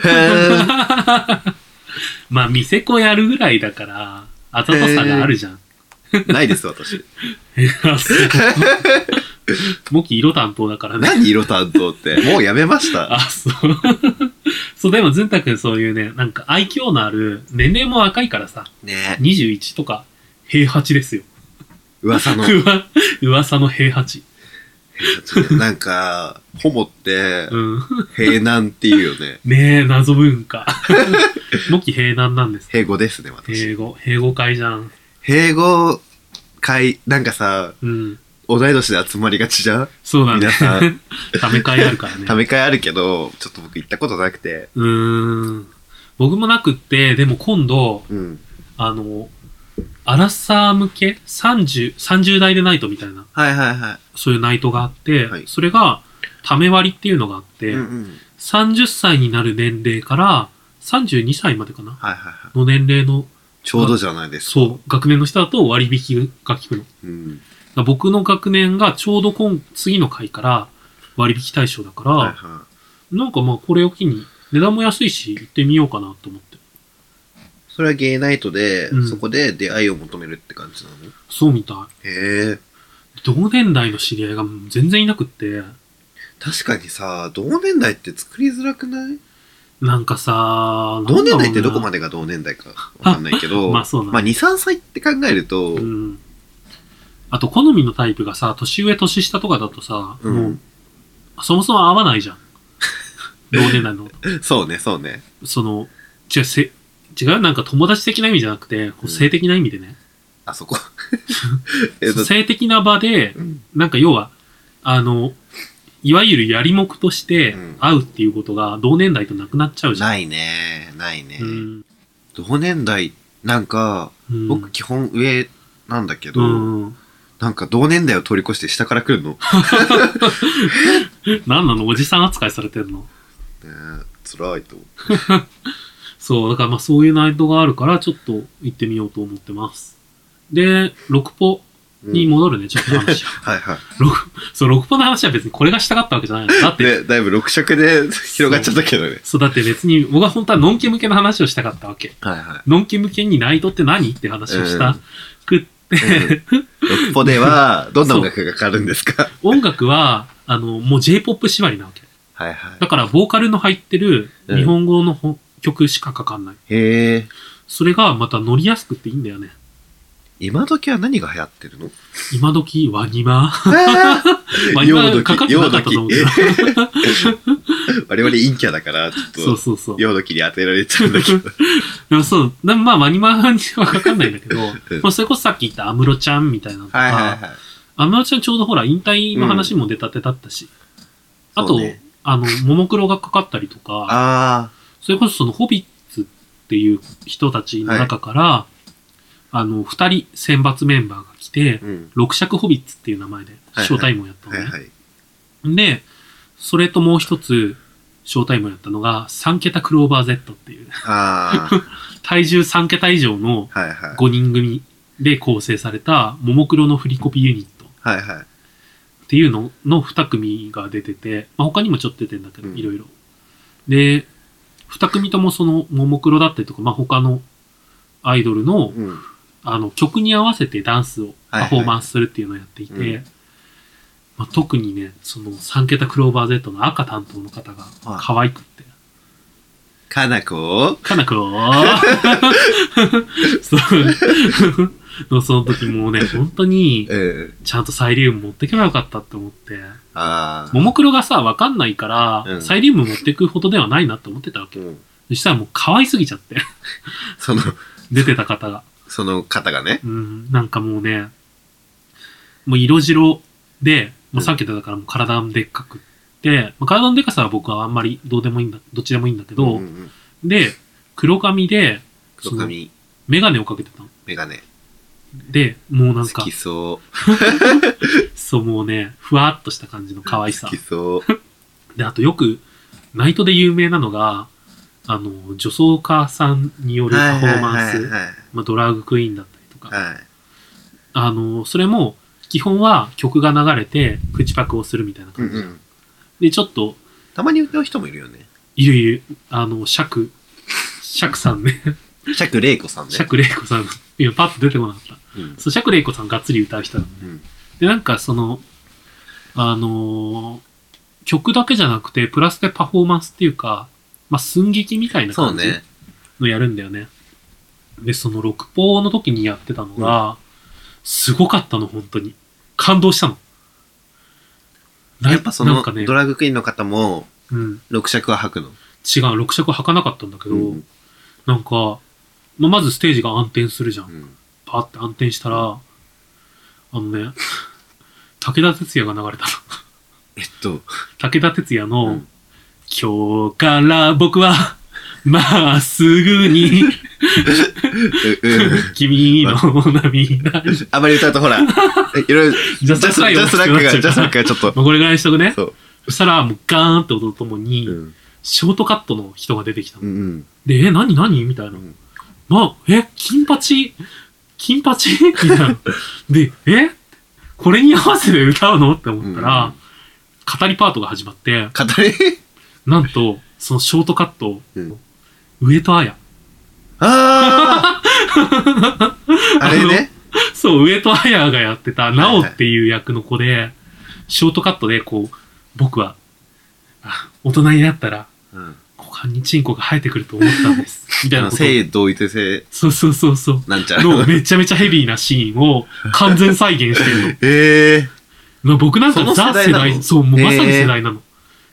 [SPEAKER 1] はーん。
[SPEAKER 2] [laughs] まあ、店子やるぐらいだから、あざとさがあるじゃん。
[SPEAKER 1] ないです、私。
[SPEAKER 2] [laughs] あそう [laughs] モキ色担当だからね。
[SPEAKER 1] 何色担当って。もうやめま [laughs] した。
[SPEAKER 2] あ、そう。そう、でも、ずんたくんそういうね、なんか愛嬌のある、年齢も若いからさ、
[SPEAKER 1] ね
[SPEAKER 2] 21とか、平八ですよ。
[SPEAKER 1] 噂 [laughs] の。
[SPEAKER 2] うわ [laughs] 噂の平八。
[SPEAKER 1] なんか、ホモって、
[SPEAKER 2] うん。 [laughs]
[SPEAKER 1] 平南っていうよね。
[SPEAKER 2] ねえ、謎文化。 [laughs] モキ平南なんです。
[SPEAKER 1] 平語ですね、私。
[SPEAKER 2] 平語、平語会じゃん。
[SPEAKER 1] 平語会、なんかさ、
[SPEAKER 2] うん。
[SPEAKER 1] 同い年で集まりがちじゃん
[SPEAKER 2] そうだね
[SPEAKER 1] 皆。さ [laughs] ん、
[SPEAKER 2] ため会あるから
[SPEAKER 1] [laughs]
[SPEAKER 2] ね。
[SPEAKER 1] ため会あるけど、ちょっと僕行ったことなくて。
[SPEAKER 2] うーん。僕もなくって、でも今度、
[SPEAKER 1] うん。
[SPEAKER 2] あの、アラサー向け30、30代でナイトみたいな、
[SPEAKER 1] はいはいは
[SPEAKER 2] そういうナイトがあって、
[SPEAKER 1] はい
[SPEAKER 2] それが、ため割りっていうのがあって、
[SPEAKER 1] い。うんうん。
[SPEAKER 2] 30歳になる年齢から32歳までかな
[SPEAKER 1] はいはいはい。
[SPEAKER 2] の年齢の、
[SPEAKER 1] ちょうどじゃないですか。
[SPEAKER 2] そう、学年の人だと割引が効くの。
[SPEAKER 1] うん。
[SPEAKER 2] 僕の学年がちょうど今、次の回から、割引対象だから、
[SPEAKER 1] はいは
[SPEAKER 2] なんかまあこれを機に値段も安いし行ってみようかなと思って。
[SPEAKER 1] い。それはゲイナイトで、
[SPEAKER 2] うん
[SPEAKER 1] そこで出会いを求めるって感じなの
[SPEAKER 2] そうみた
[SPEAKER 1] へえ。
[SPEAKER 2] い。同年代の知り合いが全然いなくって、
[SPEAKER 1] 確かにさ、同年代って作りづらくない
[SPEAKER 2] なんかさ、
[SPEAKER 1] 同年代ってどこま
[SPEAKER 2] で
[SPEAKER 1] でが同年代かわかんないけど、
[SPEAKER 2] まあそうだね
[SPEAKER 1] まあ2、3歳って考えると、
[SPEAKER 2] うん。あと好みのタイプがさ、年上年下とかだとさ、
[SPEAKER 1] うん
[SPEAKER 2] もう、そもそも合
[SPEAKER 1] [laughs]
[SPEAKER 2] わないじゃん。同年代の。
[SPEAKER 1] そうね、そうね。
[SPEAKER 2] その、違う、せ違う、なんか友達的な意味じゃなくて、こう
[SPEAKER 1] うん
[SPEAKER 2] 性的な意味でね。
[SPEAKER 1] あ
[SPEAKER 2] [laughs]
[SPEAKER 1] そこ。えっと、
[SPEAKER 2] 性的な場で、
[SPEAKER 1] うん
[SPEAKER 2] なんか要は、あの、いわゆるやりもくとして
[SPEAKER 1] うん
[SPEAKER 2] 会うっていうことが同年代となくなっちゃうじゃん。
[SPEAKER 1] ないね、ないね。
[SPEAKER 2] うん。
[SPEAKER 1] 同年代、なんか、
[SPEAKER 2] うん
[SPEAKER 1] 僕基本上なんだけど、
[SPEAKER 2] うん。
[SPEAKER 1] なんか同年代を通り越して下から来
[SPEAKER 2] [laughs]
[SPEAKER 1] るの。ね
[SPEAKER 2] なんなのおじさん扱いされてんの
[SPEAKER 1] え辛いと思う。
[SPEAKER 2] そう、だからまあそういう難易度があるから、ちょっと行ってみようと思ってます。で、6歩
[SPEAKER 1] うん
[SPEAKER 2] に戻るね、ちょっと
[SPEAKER 1] [laughs]
[SPEAKER 2] 話。
[SPEAKER 1] はいは
[SPEAKER 2] そう、6歩の話は別にこれがしたかったわけじゃないの。だっ
[SPEAKER 1] い。
[SPEAKER 2] て、
[SPEAKER 1] で、だいぶ6色で [laughs] 広がっちゃったけどね。
[SPEAKER 2] そう、だって別に僕は本当はのんき向けの話をしたかったわけ。
[SPEAKER 1] はいはい。
[SPEAKER 2] のんき向けに難易度って何って話をしたくって、
[SPEAKER 1] 6歩では、どんな音楽がかかるんです
[SPEAKER 2] [laughs]
[SPEAKER 1] か
[SPEAKER 2] 音楽は、あの、もう J-POP 縛りなわけ。
[SPEAKER 1] はいはい
[SPEAKER 2] だ。から、ボーカルの入ってる
[SPEAKER 1] うん
[SPEAKER 2] 日本語のほ曲しかかかんない。
[SPEAKER 1] へえ。
[SPEAKER 2] それがまた乗りやすくていいんだよね。
[SPEAKER 1] 今時は何が流行ってるの
[SPEAKER 2] 今時、ワ
[SPEAKER 1] [laughs]
[SPEAKER 2] ニマ。ワニ
[SPEAKER 1] 用
[SPEAKER 2] マ
[SPEAKER 1] 時
[SPEAKER 2] かかってなかったと思うけど。
[SPEAKER 1] [laughs] 我々陰キャだから、ち
[SPEAKER 2] [laughs]
[SPEAKER 1] ょ
[SPEAKER 2] そう
[SPEAKER 1] っと、
[SPEAKER 2] そうそう。
[SPEAKER 1] 用時に当てられちゃうんだけど。
[SPEAKER 2] [laughs] でもそう、なまあ、ワニマにはかかんないんだけど、
[SPEAKER 1] うん
[SPEAKER 2] まあ、それこそさっき言った安室ちゃんみたいなのと
[SPEAKER 1] [laughs]
[SPEAKER 2] か、
[SPEAKER 1] はいはいはい。
[SPEAKER 2] 安室ちゃんちょうどほら、引退の話も出たてだったし、あ
[SPEAKER 1] そ
[SPEAKER 2] と、
[SPEAKER 1] うね
[SPEAKER 2] あの、ももクロがかかったりとか、
[SPEAKER 1] あ
[SPEAKER 2] それこそそのホビッツっていう人たちの中から、あの、二人選抜メンバーが来て
[SPEAKER 1] あ。、うん。
[SPEAKER 2] 六尺ホビッツっていう名前で、
[SPEAKER 1] はい
[SPEAKER 2] ショータイムをやったのね。
[SPEAKER 1] はいはい。
[SPEAKER 2] で、それともう一つ、ショータイムをやったのが、三桁クローバー Z っていう、
[SPEAKER 1] あ
[SPEAKER 2] 体重三桁以上の
[SPEAKER 1] あ。はいはい。
[SPEAKER 2] 5人組で構成された、ももクロの振りコピユニット
[SPEAKER 1] はいはい。
[SPEAKER 2] っていうのの2組が出てて、まあ、他にもちょっと出てんだけど、
[SPEAKER 1] うん
[SPEAKER 2] いろいろ。で、2組ともその、ももクロだったりとか、まあ、他のアイドルの、
[SPEAKER 1] うん。
[SPEAKER 2] あの、曲に合わせてダンスを、
[SPEAKER 1] はいはい
[SPEAKER 2] パフォーマンスするっていうのをやっていて、
[SPEAKER 1] うん
[SPEAKER 2] まあ、特にね、その3桁クローバー Z の赤担当の方が
[SPEAKER 1] はい
[SPEAKER 2] 可愛くって、
[SPEAKER 1] かなこ
[SPEAKER 2] かなくろ
[SPEAKER 1] [laughs]
[SPEAKER 2] ーそう。その時もうね、本当に、
[SPEAKER 1] うん。
[SPEAKER 2] ちゃんとサイリウム持ってけばよかったって思って。
[SPEAKER 1] ああ
[SPEAKER 2] も。もクロがさ、わかんないから、
[SPEAKER 1] うん
[SPEAKER 2] サイリウム持ってくほどではないなって思ってたわけ。
[SPEAKER 1] うん
[SPEAKER 2] そしたらもう可愛すぎち
[SPEAKER 1] [laughs]
[SPEAKER 2] ゃって、
[SPEAKER 1] その、
[SPEAKER 2] 出てた方が。
[SPEAKER 1] その方がね。
[SPEAKER 2] うん、なんかもうね、もう色白で、もうさっき言ったからもう体のでっかくって、まあ体のでかさは僕はあんまりどうでもいいんだ、どっちでもいいんだけど、
[SPEAKER 1] んんん
[SPEAKER 2] で、黒髪で、
[SPEAKER 1] 黒髪、
[SPEAKER 2] メガネをかけてたの。
[SPEAKER 1] メガネ。
[SPEAKER 2] で、もうなん
[SPEAKER 1] 好
[SPEAKER 2] か
[SPEAKER 1] き、そう。
[SPEAKER 2] そうもうね、ふわっとした感じの可愛さ
[SPEAKER 1] 好き。そう。
[SPEAKER 2] で、あとよく、ナイトで有名なのが、あの、女装家さんによるパフォーマン
[SPEAKER 1] はい
[SPEAKER 2] ス、
[SPEAKER 1] はい
[SPEAKER 2] まあ、ドラァグクイーンだったりとか、
[SPEAKER 1] はいはい。
[SPEAKER 2] あの、それも、基本は曲が流れて、口パクをするみたいな
[SPEAKER 1] うん
[SPEAKER 2] 感じ。
[SPEAKER 1] うん。
[SPEAKER 2] で、ちょっと、
[SPEAKER 1] たまに歌う人もいるよね。
[SPEAKER 2] いるいる、あの、釈、釈さんね、
[SPEAKER 1] [laughs] 釈玲子さんね。
[SPEAKER 2] 釈玲子さん、今パッと出てこなかった。
[SPEAKER 1] うん。
[SPEAKER 2] そう、釈玲子さんがっつり歌う人なの
[SPEAKER 1] うん。
[SPEAKER 2] で、なんかその、あのー曲だけじゃなくて、プラスでパフォーマンスっていうか、まあ、寸劇みたいな
[SPEAKER 1] そう
[SPEAKER 2] 感じ
[SPEAKER 1] ね。
[SPEAKER 2] のやるんだよね。で、その六方の時にやってたのが、すごかったの、本当に。感動したの。な
[SPEAKER 1] やっぱその
[SPEAKER 2] なんかね、
[SPEAKER 1] ドラッグクイーンの方も
[SPEAKER 2] うん、
[SPEAKER 1] 六尺は履くの。
[SPEAKER 2] 違う、六尺履かなかったんだけど、
[SPEAKER 1] うん
[SPEAKER 2] なんか、まあ、まずステージが暗転するじゃん。
[SPEAKER 1] うん
[SPEAKER 2] パーって暗転したら、あのね、 [laughs] 武田鉄矢が流れたの。 [laughs]
[SPEAKER 1] えっと、 [laughs]
[SPEAKER 2] 武田鉄矢の、
[SPEAKER 1] うん
[SPEAKER 2] 今日から僕は、まっすぐ
[SPEAKER 1] [laughs]
[SPEAKER 2] に、
[SPEAKER 1] ううん
[SPEAKER 2] 君の涙。
[SPEAKER 1] あんまり歌うとほら、いろいろ、
[SPEAKER 2] ジャスラッ
[SPEAKER 1] ジ
[SPEAKER 2] ク
[SPEAKER 1] ャスラックが、ジャスラックがちょっと、
[SPEAKER 2] まあこれぐらいにしとく [laughs] ね。
[SPEAKER 1] そう。
[SPEAKER 2] そしたら、もうガーンって音とともに、
[SPEAKER 1] うん。
[SPEAKER 2] ショートカットの人が出てきたの。
[SPEAKER 1] うん。
[SPEAKER 2] で、え、何何みたいな。
[SPEAKER 1] ん
[SPEAKER 2] な、え、金八
[SPEAKER 1] [laughs]
[SPEAKER 2] 金八みたいな。で、えこれに合わせて歌うのって思ったら、
[SPEAKER 1] うん
[SPEAKER 2] 語りパートが始まって、
[SPEAKER 1] 語り
[SPEAKER 2] なんと、そのショートカット、
[SPEAKER 1] うん
[SPEAKER 2] 上戸彩。
[SPEAKER 1] あ
[SPEAKER 2] [laughs]
[SPEAKER 1] ああれね。
[SPEAKER 2] そう、上戸彩がやってた、なおっていう役の子で、ショートカットで、こう、僕は、あ大人になったら、
[SPEAKER 1] うん。
[SPEAKER 2] 股間にチンコが生えてくると思ったんです。
[SPEAKER 1] [laughs]
[SPEAKER 2] みたいなこと。
[SPEAKER 1] 性同一性
[SPEAKER 2] そうそうそうそう。
[SPEAKER 1] なんちゃら。
[SPEAKER 2] のめちゃめちゃヘビーなシーンを完全再現して
[SPEAKER 1] [laughs]
[SPEAKER 2] るの。
[SPEAKER 1] [laughs] ええ
[SPEAKER 2] まあ僕なん
[SPEAKER 1] そ
[SPEAKER 2] か
[SPEAKER 1] の
[SPEAKER 2] ザ
[SPEAKER 1] 世代
[SPEAKER 2] 世
[SPEAKER 1] なの
[SPEAKER 2] 代、そう、もうまさに
[SPEAKER 1] へえ
[SPEAKER 2] 世代なの。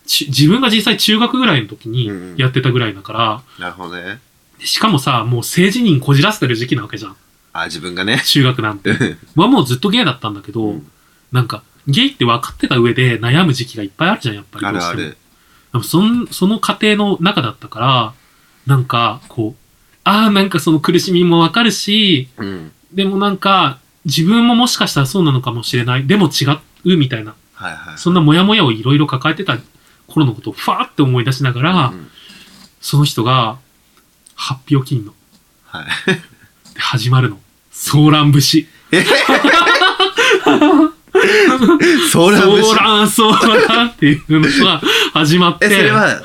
[SPEAKER 2] ち自分が実際中学ぐらいの時にやってたぐらいだから、
[SPEAKER 1] なるほどね。
[SPEAKER 2] でしかもさ、もう性自認こじらせてる時期なわけじゃん。
[SPEAKER 1] あ、自分がね。
[SPEAKER 2] 中学なんて。はもうずっとゲイだったんだけど、
[SPEAKER 1] うん
[SPEAKER 2] なんか、ゲイって分かってた上で悩む時期がいっぱいあるじゃん、やっぱり。
[SPEAKER 1] あるあ
[SPEAKER 2] どうしても
[SPEAKER 1] る。
[SPEAKER 2] でもその、その過程の中だったから、なんか、こう、ああ、なんかその苦しみもわかるし、
[SPEAKER 1] うん。
[SPEAKER 2] でもなんか、自分ももしかしたらそうなのかもしれない。でも違う、みたいな。
[SPEAKER 1] はいはい。
[SPEAKER 2] そんなモヤモヤをいろいろ抱えてた頃のことをファーって思い出しながら、
[SPEAKER 1] うん
[SPEAKER 2] その人が、発表金の。 [laughs]
[SPEAKER 1] はい。 [laughs]
[SPEAKER 2] で、始まるの。ソーラン節。
[SPEAKER 1] ソーラン節
[SPEAKER 2] ソー。ラン、ソーランっていうのが始まって
[SPEAKER 1] え、、それは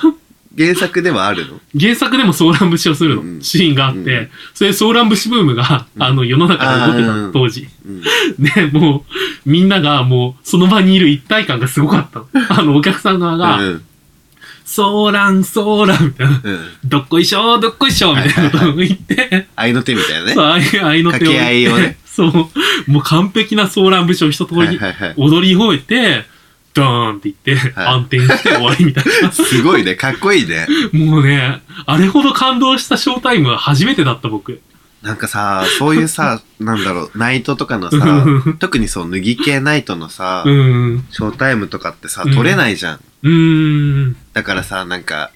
[SPEAKER 1] 原作ではあるの
[SPEAKER 2] 原作でもソーラン節をするの、
[SPEAKER 1] うん
[SPEAKER 2] シーンがあって、
[SPEAKER 1] うん
[SPEAKER 2] それでソーラン節ブームが、
[SPEAKER 1] うん
[SPEAKER 2] あの、世の中で動いてた
[SPEAKER 1] あーう
[SPEAKER 2] の、
[SPEAKER 1] ん
[SPEAKER 2] 当時。 [laughs]
[SPEAKER 1] うん。
[SPEAKER 2] で、もう、みんながもう、その場にいる一体感がすごか
[SPEAKER 1] [laughs]
[SPEAKER 2] ったの。あの、お客さん側が、
[SPEAKER 1] うん。
[SPEAKER 2] ソーラン、ソーラン、みたいな。
[SPEAKER 1] うん。
[SPEAKER 2] どっこいしょー、どっこいしょー、みたいなことを言って、
[SPEAKER 1] 愛の手みたいなね。
[SPEAKER 2] そう、あいあいの手を
[SPEAKER 1] 掛け合いを
[SPEAKER 2] 言
[SPEAKER 1] ね
[SPEAKER 2] って、 [laughs] そう、もう完璧なソーラン節を一通
[SPEAKER 1] はい
[SPEAKER 2] り
[SPEAKER 1] はいはい。
[SPEAKER 2] 踊り終えて、ドーンって言って、
[SPEAKER 1] はい
[SPEAKER 2] 暗転して終わりみたい
[SPEAKER 1] [laughs]
[SPEAKER 2] な。
[SPEAKER 1] すごいね。かっこいいね。
[SPEAKER 2] もうね、あれほど感動したショータイムは初めてだった僕。
[SPEAKER 1] なんかさ、そういうさ、なんだろう、ナイトとかのさ
[SPEAKER 2] うんうん、
[SPEAKER 1] 特にそう、脱ぎ系ナイトのさ
[SPEAKER 2] う、ん。
[SPEAKER 1] ショータイムとかってさ、
[SPEAKER 2] うん
[SPEAKER 1] 撮れないじゃん。
[SPEAKER 2] うーん。
[SPEAKER 1] だからさ、なんか、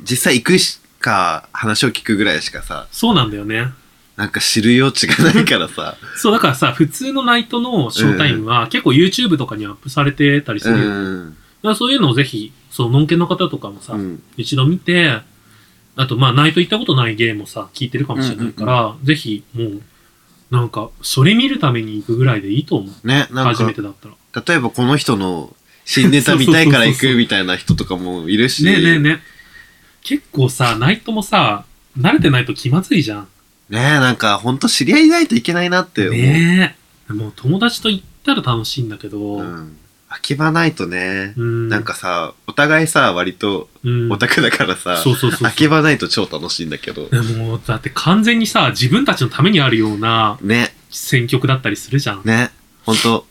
[SPEAKER 1] 実際行くしか話を聞くぐらいしかさ、
[SPEAKER 2] そうなんだよね。
[SPEAKER 1] なんか知る余地がないからさ、
[SPEAKER 2] そう、だからさ、普通のナイトのショータイムは結構 YouTube とかにアップされてたりす
[SPEAKER 1] う
[SPEAKER 2] るよ。だか
[SPEAKER 1] ん。
[SPEAKER 2] らそういうのをぜひ、そう、ノンケの方とかもさ、
[SPEAKER 1] うん。
[SPEAKER 2] 一度見て、あとまあナイト行ったことないゲームもさ、聞いてるかもしれないから、ぜひもう、なんか、それ見るために行くぐらいでいいと思う。
[SPEAKER 1] ね、なん
[SPEAKER 2] 初
[SPEAKER 1] か
[SPEAKER 2] め、てだったら。
[SPEAKER 1] 例えばこの人の新ネタ見たいから行くみたいな人とかもいるし、
[SPEAKER 2] ねえねえね。結構さ、ナイトもさ、慣れてないと気まずいじゃん。
[SPEAKER 1] ねえなんかほんと知り合いないといけないなって思う。
[SPEAKER 2] ねえ。もう友達と行ったら楽しいんだけど、
[SPEAKER 1] う。
[SPEAKER 2] うん
[SPEAKER 1] 空き場ないとね、
[SPEAKER 2] ん。
[SPEAKER 1] なんかさ、お互いさ、割と
[SPEAKER 2] うん、
[SPEAKER 1] オタクだからさ、
[SPEAKER 2] そうそうそう
[SPEAKER 1] 空
[SPEAKER 2] そ
[SPEAKER 1] き
[SPEAKER 2] う。
[SPEAKER 1] 場ないと超楽しいんだけど、
[SPEAKER 2] でも、だって完全にさ、自分たちのためにあるような
[SPEAKER 1] ね、
[SPEAKER 2] 選曲だったりするじゃん。
[SPEAKER 1] ね、ほんと、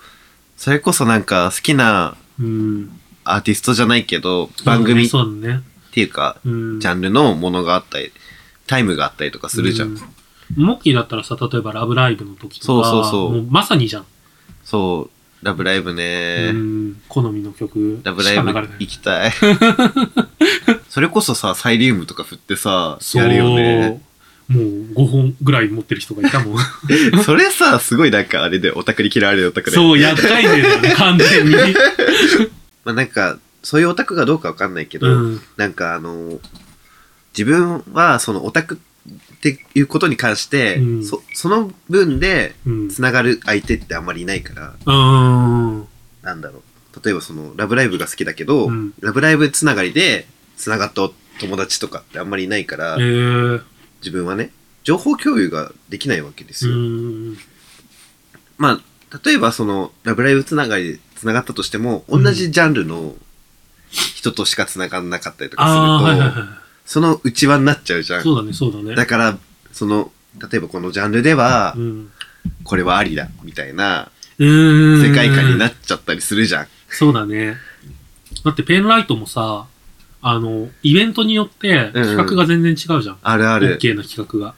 [SPEAKER 1] それこそなんか好きな
[SPEAKER 2] うん。
[SPEAKER 1] アーティストじゃないけど、番組っ
[SPEAKER 2] そうだね。
[SPEAKER 1] ていうか、
[SPEAKER 2] うん。
[SPEAKER 1] ジャンルのものがあったり、タイムがあったりとかするじゃん。
[SPEAKER 2] うモッキーだったらさ、例えばラブライブの時とか、
[SPEAKER 1] そうそうそう
[SPEAKER 2] もうまさにじゃん。
[SPEAKER 1] そう、ラブライブね、
[SPEAKER 2] うん。好みの曲しか
[SPEAKER 1] ラブライブ
[SPEAKER 2] 流れない
[SPEAKER 1] 行き
[SPEAKER 2] [laughs]
[SPEAKER 1] たい。それこそさ、サイリウムとか振ってさ、やるよね。
[SPEAKER 2] そう。もう5本ぐらい持ってる人がいた
[SPEAKER 1] [laughs]
[SPEAKER 2] もん。
[SPEAKER 1] それさ、すごいなんかあれでオタクに嫌われるオタクで。
[SPEAKER 2] そう、厄介ねだよね、完
[SPEAKER 1] [laughs]
[SPEAKER 2] 全に。
[SPEAKER 1] まあなんか、そういうオタクがどうかわかんないけど、
[SPEAKER 2] うん。
[SPEAKER 1] なんかあの、自分はそのオタクっていうことに関して、
[SPEAKER 2] うん
[SPEAKER 1] そその分で
[SPEAKER 2] うん。
[SPEAKER 1] つながる相手ってあんまりいないから、
[SPEAKER 2] うん。
[SPEAKER 1] なんだろう。例えばその、ラブライブが好きだけど、
[SPEAKER 2] うん
[SPEAKER 1] ラブライブつながりでつながった友達とかってあんまりいないから、
[SPEAKER 2] えー。
[SPEAKER 1] 自分はね、情報共有ができないわけです
[SPEAKER 2] う
[SPEAKER 1] よ。
[SPEAKER 2] ん。
[SPEAKER 1] まあ、例えばその、ラブライブつながりでつながったとしても、同じジャンルの人としかつながんなかったりとかすると、
[SPEAKER 2] ああー、はいはいは
[SPEAKER 1] その内輪になっちゃうじゃ
[SPEAKER 2] い。
[SPEAKER 1] ん。
[SPEAKER 2] そうだね、そうだね。
[SPEAKER 1] だから、その、例えばこのジャンルでは
[SPEAKER 2] う、ん。
[SPEAKER 1] これはありだ、みたいな
[SPEAKER 2] うーん。
[SPEAKER 1] 世界観になっちゃったりするじゃん。
[SPEAKER 2] そうだね。だってペンライトもさ、あの、イベントによって企画が全然違うじゃん。
[SPEAKER 1] あるある。
[SPEAKER 2] OK の企画が。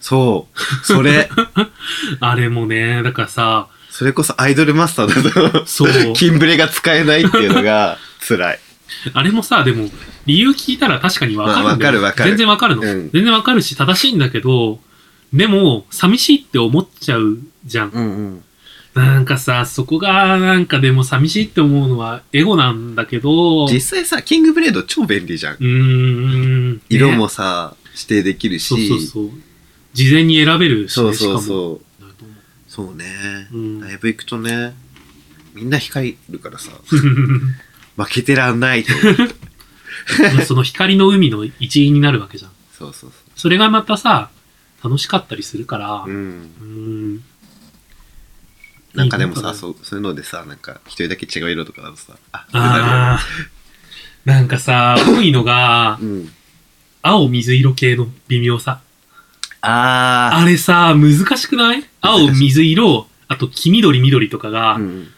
[SPEAKER 1] そう。それ、
[SPEAKER 2] [laughs] あれもね、だからさ、
[SPEAKER 1] それこそアイドルマスターだと、
[SPEAKER 2] そう。
[SPEAKER 1] [laughs] キンブレが使えないっていうのが辛い。
[SPEAKER 2] あれもさ、でも、理由聞いたら確かにわかるんだよ、
[SPEAKER 1] まあわかるわかる
[SPEAKER 2] 全然わかるの。
[SPEAKER 1] うん
[SPEAKER 2] 全然わかるし、正しいんだけど、でも、寂しいって思っちゃうじゃん。
[SPEAKER 1] うんうん。
[SPEAKER 2] なんかさ、そこが、なんかでも寂しいって思うのはエゴなんだけど、
[SPEAKER 1] 実際さ、キングブレード超便利じゃん。
[SPEAKER 2] うーん、ね
[SPEAKER 1] 色もさ、指定できる
[SPEAKER 2] そうそう
[SPEAKER 1] し、
[SPEAKER 2] そう。事前に選べるし、
[SPEAKER 1] そうそう
[SPEAKER 2] しかも。
[SPEAKER 1] そう。そうね
[SPEAKER 2] う。
[SPEAKER 1] [laughs]
[SPEAKER 2] ん
[SPEAKER 1] ライブ行くとね、みんな控えるからさ、負けてらん
[SPEAKER 2] [laughs]
[SPEAKER 1] ないと。
[SPEAKER 2] まあその光の海の一員になるわけじゃん。
[SPEAKER 1] そうそう
[SPEAKER 2] それがまたさ、楽しかったりするから、
[SPEAKER 1] そう。うん。
[SPEAKER 2] うーん。
[SPEAKER 1] なんかでも
[SPEAKER 2] いい
[SPEAKER 1] さ、
[SPEAKER 2] こ
[SPEAKER 1] そう、そういうのでさ、なんか、一人だけ違う色とかだとさ、あ、
[SPEAKER 2] とだああ。なんかさ、多いのが
[SPEAKER 1] う、ん。
[SPEAKER 2] 青水色系の微妙さ。
[SPEAKER 1] あ
[SPEAKER 2] あれさ、難しくない青水色、あと黄緑緑とか
[SPEAKER 1] あ
[SPEAKER 2] が、
[SPEAKER 1] うん。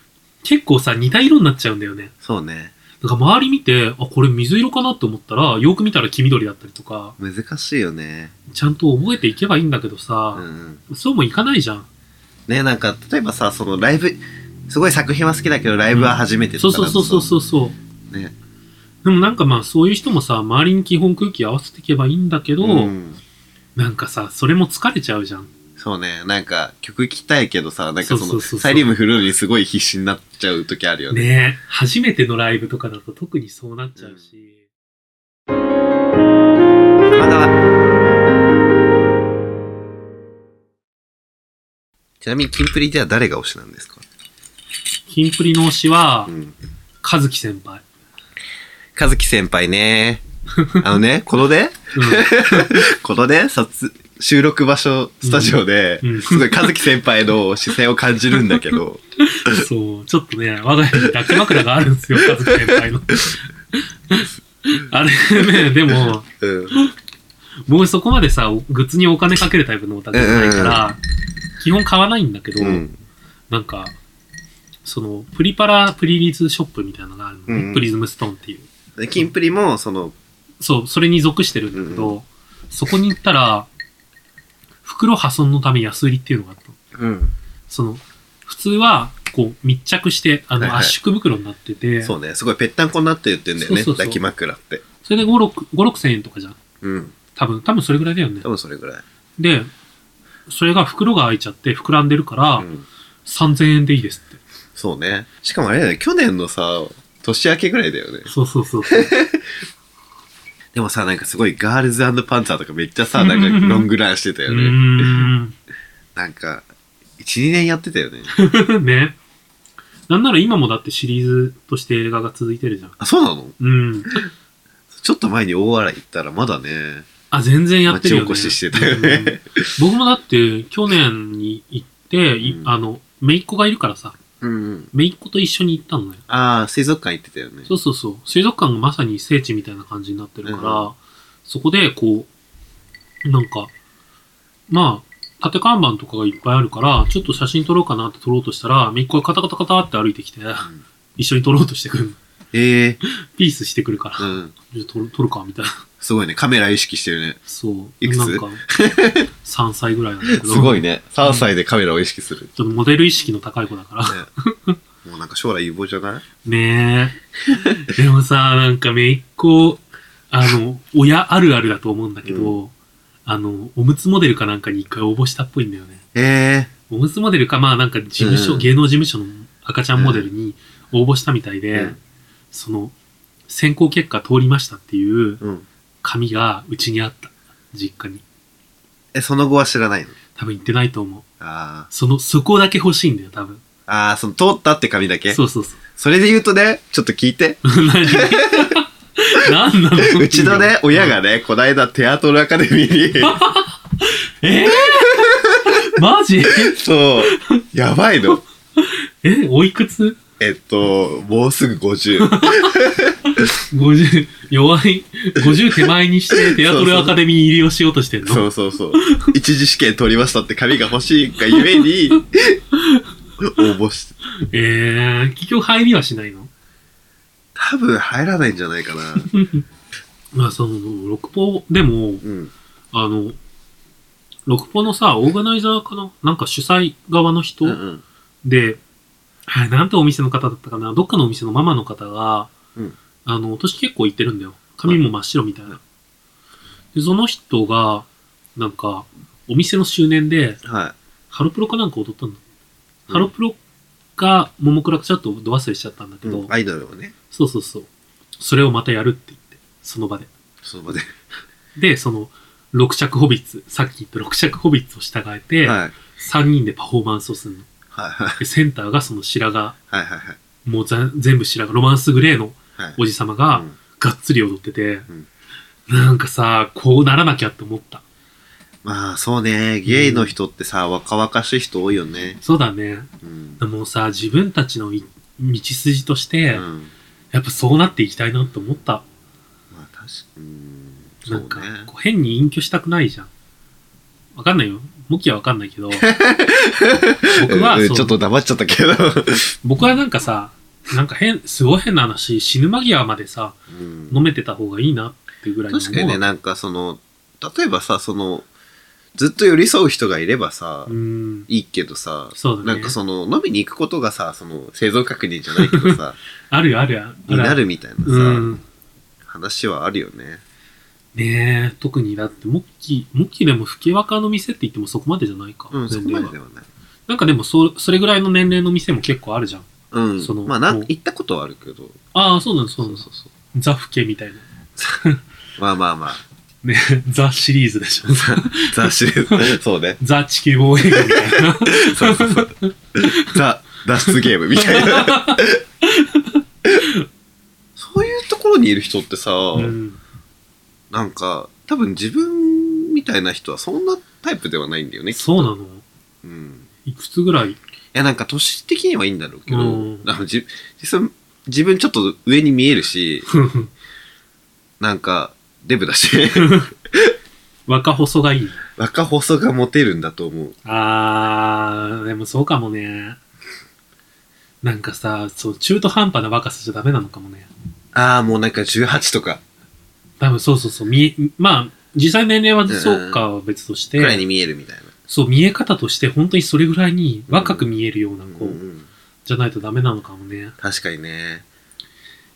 [SPEAKER 2] 結構さ、似た色になっちゃうんだよね。
[SPEAKER 1] そうね。
[SPEAKER 2] だから周り見て、あ、これ水色かなって思ったら、よく見たら黄緑だったりとか、
[SPEAKER 1] 難しいよね。
[SPEAKER 2] ちゃんと覚えていけばいいんだけど
[SPEAKER 1] う
[SPEAKER 2] さ、
[SPEAKER 1] ん。
[SPEAKER 2] そうもいかないじゃん。
[SPEAKER 1] ね、なんか、例えばさ、そのライブ、すごい作品は好きだけど、ライブは初めて
[SPEAKER 2] そ
[SPEAKER 1] と
[SPEAKER 2] う
[SPEAKER 1] か
[SPEAKER 2] そうそうそうそうそう。
[SPEAKER 1] う。ね。
[SPEAKER 2] でもなんかまあそういう人もさ、周りに基本空気合わせていけばいいんだけど、
[SPEAKER 1] うん。
[SPEAKER 2] なんかさ、それも疲れちゃうじゃん。
[SPEAKER 1] そうね。なんか、曲聴きたいけどさ、なんかそ
[SPEAKER 2] そうそう
[SPEAKER 1] の、
[SPEAKER 2] そうそう
[SPEAKER 1] サイリウム振るのにすごい必死になっちゃう時あるよね。
[SPEAKER 2] ねえ、初めてのライブとかだと特にそうなっちゃうし。
[SPEAKER 1] まだちなみに、キンプリでは誰が推しなんですか
[SPEAKER 2] キンプリの推しは
[SPEAKER 1] う、ん。
[SPEAKER 2] 和樹先輩。
[SPEAKER 1] 和樹先輩ね。あのね、このね、 [laughs] このね、撮、収録場所、スタジオで、
[SPEAKER 2] うんうん
[SPEAKER 1] すごい和樹先輩の視線を感じるんだけど、
[SPEAKER 2] うん。そう、ちょっとね、我が家に抱き枕があるんですよ、和樹先輩の。あれね、でも、
[SPEAKER 1] うん。
[SPEAKER 2] 僕そこまでさ、おグッズにお金かけるタイプのオタクじゃないから、基本買わないんだけど、
[SPEAKER 1] うん。
[SPEAKER 2] なんか、その、プリパラプリリーズショップみたいなのがあるのね、
[SPEAKER 1] うん
[SPEAKER 2] プリズムストーンっていう。
[SPEAKER 1] でキンプリも、その、
[SPEAKER 2] そう、それに属してるんだけど、そこに行ったら、袋破損のため安売りっていうのがあったの。
[SPEAKER 1] うん。
[SPEAKER 2] その、普通は、こう、密着して、あ
[SPEAKER 1] はい
[SPEAKER 2] の、
[SPEAKER 1] はい
[SPEAKER 2] 圧縮袋になってて、
[SPEAKER 1] そうね、すごいぺったんこになって言ってんだよね、
[SPEAKER 2] そうそうそう
[SPEAKER 1] 抱き枕って。
[SPEAKER 2] それで5、6、5、6千円とかじゃん。
[SPEAKER 1] うん。
[SPEAKER 2] 多分、多分それぐらいだよね
[SPEAKER 1] 多。分それぐらい。
[SPEAKER 2] で、それが袋が開いちゃって膨らんでるから、
[SPEAKER 1] うん
[SPEAKER 2] 3000円でいいですって。
[SPEAKER 1] そうね。しかもあれだよね、去年のさ、年明けぐらいだよね。
[SPEAKER 2] そうそうそうそう。
[SPEAKER 1] でもさ、なんかすごいガールズパンツァーとかめっちゃさ、なんかロングランしてた
[SPEAKER 2] [laughs] う
[SPEAKER 1] よね。
[SPEAKER 2] ーん。
[SPEAKER 1] なんか、1、2年やってたよ
[SPEAKER 2] [laughs]
[SPEAKER 1] ね。
[SPEAKER 2] ね。なんなら今もだってシリーズとして映画が続いてるじゃん。
[SPEAKER 1] あ、そうなの
[SPEAKER 2] うん。
[SPEAKER 1] ちょっと前に大洗行ったらまだね、
[SPEAKER 2] あ、全然やってるよ、ね。
[SPEAKER 1] 町おこししてたよね
[SPEAKER 2] うん僕もだって、去年に行って、い
[SPEAKER 1] うん
[SPEAKER 2] あの、姪っ子がいるからさ、
[SPEAKER 1] うんうん。
[SPEAKER 2] 姪っ子と一緒に行ったのよ。
[SPEAKER 1] ああ、水族館行ってたよね。
[SPEAKER 2] そうそうそう。水族館がまさに聖地みたいな感じになってるから、
[SPEAKER 1] う
[SPEAKER 2] そこで、こう、なんか、まあ、縦看板とかがいっぱいあるから、ちょっと写真撮ろうかなって撮ろうとしたら、姪っ子がカタカタカタって歩いてきて、
[SPEAKER 1] ん
[SPEAKER 2] 一緒に撮ろうとしてくる。
[SPEAKER 1] ええ
[SPEAKER 2] ピースしてくるから、
[SPEAKER 1] うん。
[SPEAKER 2] じゃあ撮る撮るか、みたいな。
[SPEAKER 1] すごいね、カメラ意識してるね。
[SPEAKER 2] そう。
[SPEAKER 1] いくつ
[SPEAKER 2] なんか、3歳ぐらいなんだけど。
[SPEAKER 1] すごい
[SPEAKER 2] ね。
[SPEAKER 1] ね。3歳でカメラを意識する。
[SPEAKER 2] ちょっとモデル意識の高い子だから。 [laughs]
[SPEAKER 1] ねもうなんか将来有望じゃない
[SPEAKER 2] ねえ。でもさ、なんかめいっ子、あの、親あるあるだと思うんだけど、あの、おむつモデルかなんかに一回応募したっぽいんだよね。
[SPEAKER 1] ええ
[SPEAKER 2] おむつモデルか、まあなんか事務所、
[SPEAKER 1] うん
[SPEAKER 2] 芸能事務所の赤ちゃんモデルに応募したみたいで、
[SPEAKER 1] うん
[SPEAKER 2] その、選考結果通りましたっていう
[SPEAKER 1] うん。
[SPEAKER 2] 紙がうちにあった。実家に。
[SPEAKER 1] え、その後は知らないの
[SPEAKER 2] 多分行ってないと思う。
[SPEAKER 1] あ
[SPEAKER 2] その、そこだけ欲しいんだよ、多分。
[SPEAKER 1] あ。ああ、その通ったって紙だけ
[SPEAKER 2] そうそうそう。
[SPEAKER 1] それで言うとね、ちょっと聞い
[SPEAKER 2] [laughs]
[SPEAKER 1] て。
[SPEAKER 2] 何何なの
[SPEAKER 1] うちのね、親。がね、こないだテアトルアカデミーに、
[SPEAKER 2] え [laughs] ー、マジ [laughs]
[SPEAKER 1] そう、やばいの。
[SPEAKER 2] え、おいくつ
[SPEAKER 1] えっと、もうすぐ50。
[SPEAKER 2] [laughs] ?50、弱い、50手前に [laughs] して、テアトルアカデミー入りをしようとしてんの
[SPEAKER 1] そうそうそう。一次試験取りましたって紙が欲しいがゆえに、応募して。
[SPEAKER 2] えー、結局入りはしないの
[SPEAKER 1] 多分入らないんじゃないかな。
[SPEAKER 2] まあ、その、六ポでも、
[SPEAKER 1] うん。
[SPEAKER 2] あの、六ポのさ、オーガナイザーかななんか主催側の人、
[SPEAKER 1] うんうん。
[SPEAKER 2] で、あなんてお店の方だったかなどっかのお店のママの方が、
[SPEAKER 1] うん
[SPEAKER 2] あの、年結構いってるんだよ。髪も真っ白みたいな。で、その人が、なんか、お店の周年で、
[SPEAKER 1] は
[SPEAKER 2] ハロプロかなんか踊った
[SPEAKER 1] う
[SPEAKER 2] んだ。
[SPEAKER 1] ん
[SPEAKER 2] ハロプロが、ももクラクちょっとど忘れしちゃったんだ
[SPEAKER 1] い。
[SPEAKER 2] けど、
[SPEAKER 1] アイドルをね、
[SPEAKER 2] そうそうそう。それをまたやるって言って、その場で。
[SPEAKER 1] その場で。
[SPEAKER 2] で、その、六着ホビッツ、さっき言った六着ホビッツを従えて、
[SPEAKER 1] はい。
[SPEAKER 2] 三3人でパフォーマンスをするの。
[SPEAKER 1] はいはい
[SPEAKER 2] で、センターがその白髪、
[SPEAKER 1] はいはいはい。
[SPEAKER 2] もうざ全部白髪、ロマンスグレーの
[SPEAKER 1] はい。
[SPEAKER 2] おじ様が
[SPEAKER 1] うん
[SPEAKER 2] がっつり踊ってて、
[SPEAKER 1] ん
[SPEAKER 2] なんかさ、こうならなきゃって思った。
[SPEAKER 1] まあ、そうね。ゲイの人ってさ、若々しい人多いよね。
[SPEAKER 2] そうだね。
[SPEAKER 1] うん。
[SPEAKER 2] もうさ、自分たちのい道筋として、
[SPEAKER 1] うん
[SPEAKER 2] やっぱそうなっていきたいなと思った。
[SPEAKER 1] まあ、確かうん。そ
[SPEAKER 2] な
[SPEAKER 1] うん
[SPEAKER 2] か、
[SPEAKER 1] ね。
[SPEAKER 2] こう変に隠居したくないじゃん。わかんないよ。向きはわかんない
[SPEAKER 1] [laughs]
[SPEAKER 2] けど。僕は
[SPEAKER 1] うん
[SPEAKER 2] そう
[SPEAKER 1] ちょっと黙っちゃった
[SPEAKER 2] [laughs]
[SPEAKER 1] けど。
[SPEAKER 2] 僕はなんかさ、なんか変、すごい変な話、死ぬ間際までさ、
[SPEAKER 1] うん
[SPEAKER 2] 飲めてた方がいいなっていうぐらいに思う
[SPEAKER 1] 確かにね、なんかその、例えばさ、その、ずっと寄り添う人がいればさ、
[SPEAKER 2] うん。
[SPEAKER 1] いいけどさ、
[SPEAKER 2] そうだね。
[SPEAKER 1] なんかその、飲みに行くことがさ、その、生存確認じゃないけど
[SPEAKER 2] [laughs]
[SPEAKER 1] さ、
[SPEAKER 2] あるよあるよ。あ
[SPEAKER 1] に
[SPEAKER 2] る
[SPEAKER 1] なるみたいなさ、
[SPEAKER 2] うん。
[SPEAKER 1] 話はあるよね。
[SPEAKER 2] ねえ、特にだって、モッキー、モッキーでも吹き若の店って言ってもそこまでじゃないか。
[SPEAKER 1] うん、そこまでではない。
[SPEAKER 2] なんかでもそ、それぐらいの年齢の店も結構あるじゃん。
[SPEAKER 1] うん。
[SPEAKER 2] その
[SPEAKER 1] まあ、なん
[SPEAKER 2] もう
[SPEAKER 1] 行ったことはあるけど。
[SPEAKER 2] ああ、そうなんです、そうなんです。
[SPEAKER 1] そうそう。
[SPEAKER 2] ザ・フケみたいな。
[SPEAKER 1] まあまあまあ、
[SPEAKER 2] ね、 [laughs] ザ・シリーズでしょ。
[SPEAKER 1] ザ・シュ [laughs] そうね。
[SPEAKER 2] ザ・地球防衛軍みたいな。
[SPEAKER 1] そうそう
[SPEAKER 2] [laughs]
[SPEAKER 1] そう。ザ・脱出ゲームみたいな。そういうところにいる人ってさ、
[SPEAKER 2] うん。
[SPEAKER 1] なんか、多分自分みたいな人はそんなタイプではないんだよね。
[SPEAKER 2] そうなの
[SPEAKER 1] うん。
[SPEAKER 2] いくつぐ [laughs] らい
[SPEAKER 1] いや、なんか年的にはいいんだろうけど、
[SPEAKER 2] うん
[SPEAKER 1] あのじ実際自分ちょっと上に見えるし、なんか、デブだ
[SPEAKER 2] [laughs]
[SPEAKER 1] し、
[SPEAKER 2] 若細がいい。
[SPEAKER 1] 若細がモテるんだと思う。
[SPEAKER 2] あー、でもそうかもね。なんかさ、そう、中途半端な若さじゃダメなのかもね。
[SPEAKER 1] ああ、もうなんか18とか
[SPEAKER 2] 多分そうそうそう、見え、まあ、実際年齢はそうかは別として、
[SPEAKER 1] くらいに見えるみたいな。
[SPEAKER 2] そう、見え方として本当にそれぐらいに若く見えるような子、
[SPEAKER 1] うんうん
[SPEAKER 2] じゃないとダメなのかもね。
[SPEAKER 1] 確かにね。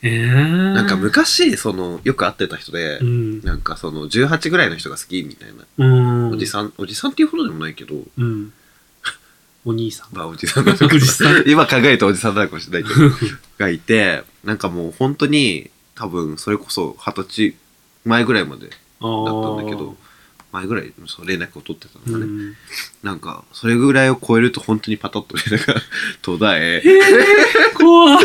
[SPEAKER 2] えー。
[SPEAKER 1] なんか昔、その、よく会ってた人で、
[SPEAKER 2] うん。
[SPEAKER 1] なんかその、18ぐらいの人が好きみたいな。
[SPEAKER 2] うん。
[SPEAKER 1] おじさん、おじさんっていうほどでもないけど、
[SPEAKER 2] うん。お兄さん。
[SPEAKER 1] まあ、おじさんなのか
[SPEAKER 2] おじさん
[SPEAKER 1] 今考えるとおじさんなのかもしれないけど、
[SPEAKER 2] [laughs]
[SPEAKER 1] がいて、なんかもう本当に、多分、それこそ二十歳前ぐらいまでだ
[SPEAKER 2] あ
[SPEAKER 1] ったんだけど、前ぐらい、そう連絡を取ってたのか
[SPEAKER 2] ー、
[SPEAKER 1] ね。
[SPEAKER 2] うん、
[SPEAKER 1] なんか、それぐらいを超えると本当にパタッと連絡が [laughs] 途絶え、
[SPEAKER 2] 怖い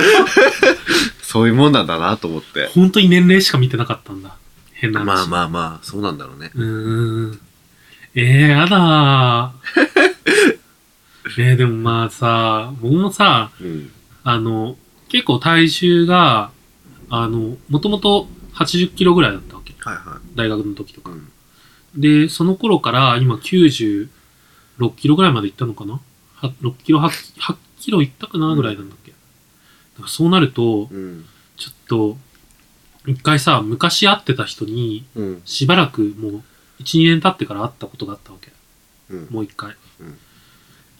[SPEAKER 1] そういうもんなんだなと思って。
[SPEAKER 2] 本当に年齢しか見てなかったんだ。変な話。
[SPEAKER 1] まあまあまあ、そうなんだろうね。
[SPEAKER 2] うーん。ええー、やだ
[SPEAKER 1] [laughs]
[SPEAKER 2] ー。えー、でもまあさ、僕もさ、
[SPEAKER 1] うん。
[SPEAKER 2] あの、結構体重が、あの、もともと80キロぐらいだったわけ。
[SPEAKER 1] はいは
[SPEAKER 2] 大学の時と
[SPEAKER 1] い。う
[SPEAKER 2] か。
[SPEAKER 1] ん。
[SPEAKER 2] で、その頃から今96キロぐらいまで行ったのかなは ?6 キロ、8, 8キロ行ったかなぐらいなんだっけ。だからそうなると、
[SPEAKER 1] うん。
[SPEAKER 2] ちょっと、一回さ、昔会ってた人に、
[SPEAKER 1] うん。
[SPEAKER 2] しばらくもう、1、2年経ってから会ったことがあったわけ。
[SPEAKER 1] うん。
[SPEAKER 2] もう一回。
[SPEAKER 1] うん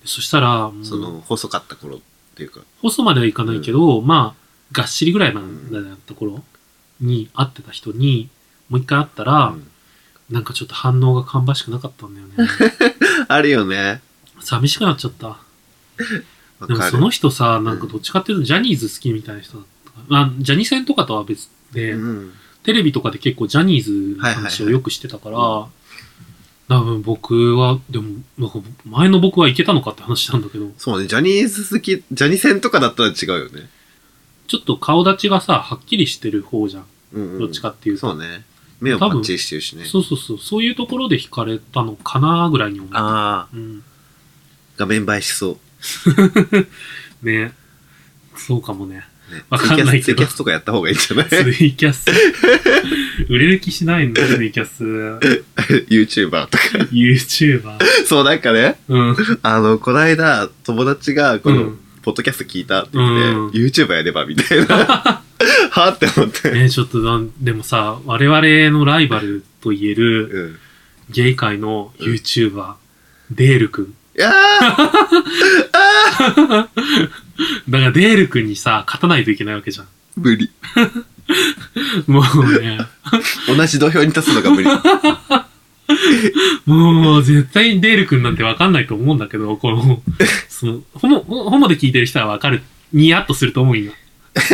[SPEAKER 2] そしたら、もう
[SPEAKER 1] その、細かった頃っていうか。
[SPEAKER 2] 細まではいかないけど、まあ、がっしりぐらいまでだった頃に会ってた人に、もう一回会ったら、
[SPEAKER 1] うん
[SPEAKER 2] なんかちょっと反応が芳しくなかったんだよね。
[SPEAKER 1] [laughs] あるよね。
[SPEAKER 2] 寂しくなっちゃった。
[SPEAKER 1] わ
[SPEAKER 2] でも
[SPEAKER 1] か
[SPEAKER 2] そ
[SPEAKER 1] る
[SPEAKER 2] の。人さ、なんかどっちかっていうとジャニーズ好きみたいな人だったから。まあ、ジャニー戦とかとは別で、
[SPEAKER 1] うん。
[SPEAKER 2] テレビとかで結構ジャニーズの話をよくしてたから、
[SPEAKER 1] は
[SPEAKER 2] 多分僕は、でも、なんか前の僕はいけたのかって話なんだけど、
[SPEAKER 1] そうね、ジャニーズ好き、ジャニセンとかだったら違うよね。
[SPEAKER 2] ちょっと顔立ちがさ、はっきりしてる方じゃん。
[SPEAKER 1] うん、うん。
[SPEAKER 2] どっちかっていうと。
[SPEAKER 1] そうね。目をパッチリしてるしね。
[SPEAKER 2] そうそうそう。そういうところで惹かれたのかなぐらいに思う。
[SPEAKER 1] ああ、
[SPEAKER 2] うん。
[SPEAKER 1] 画面映えしそう。
[SPEAKER 2] ねそうかもね。
[SPEAKER 1] ね
[SPEAKER 2] [laughs] わかんない
[SPEAKER 1] ツ
[SPEAKER 2] け
[SPEAKER 1] イキャスツイ
[SPEAKER 2] ど
[SPEAKER 1] キャスとかやった方がいいんじゃない
[SPEAKER 2] ツイキ
[SPEAKER 1] [laughs]
[SPEAKER 2] ャス。売れる気しないんだよ、ツイキャス。
[SPEAKER 1] ?YouTuber とか。 [laughs]
[SPEAKER 2] YouTuber。
[SPEAKER 1] そう、なんかね、
[SPEAKER 2] うん。
[SPEAKER 1] あの、こないだ友達がこ
[SPEAKER 2] う
[SPEAKER 1] の
[SPEAKER 2] ん、
[SPEAKER 1] ポッドキャスト聞いたって言って、
[SPEAKER 2] うん
[SPEAKER 1] YouTuber やればみたいな。 [laughs] はって思って。
[SPEAKER 2] ねちょっとなん、でもさ、我々のライバルと言える、
[SPEAKER 1] うん。
[SPEAKER 2] ゲイ界の YouTuber、デールくん。
[SPEAKER 1] いやー
[SPEAKER 2] だからデールくんにさ、勝たないといけないわけじゃん。
[SPEAKER 1] 無理。
[SPEAKER 2] もうね、
[SPEAKER 1] 同じ土俵に立つのが
[SPEAKER 2] [laughs]
[SPEAKER 1] 無理。
[SPEAKER 2] もう絶対にデールくんなんてわかんないと思うんだけど、
[SPEAKER 1] [laughs]
[SPEAKER 2] この、その、ホモ、ホモで聞いてる人はわかる。ニヤッとすると思うよ。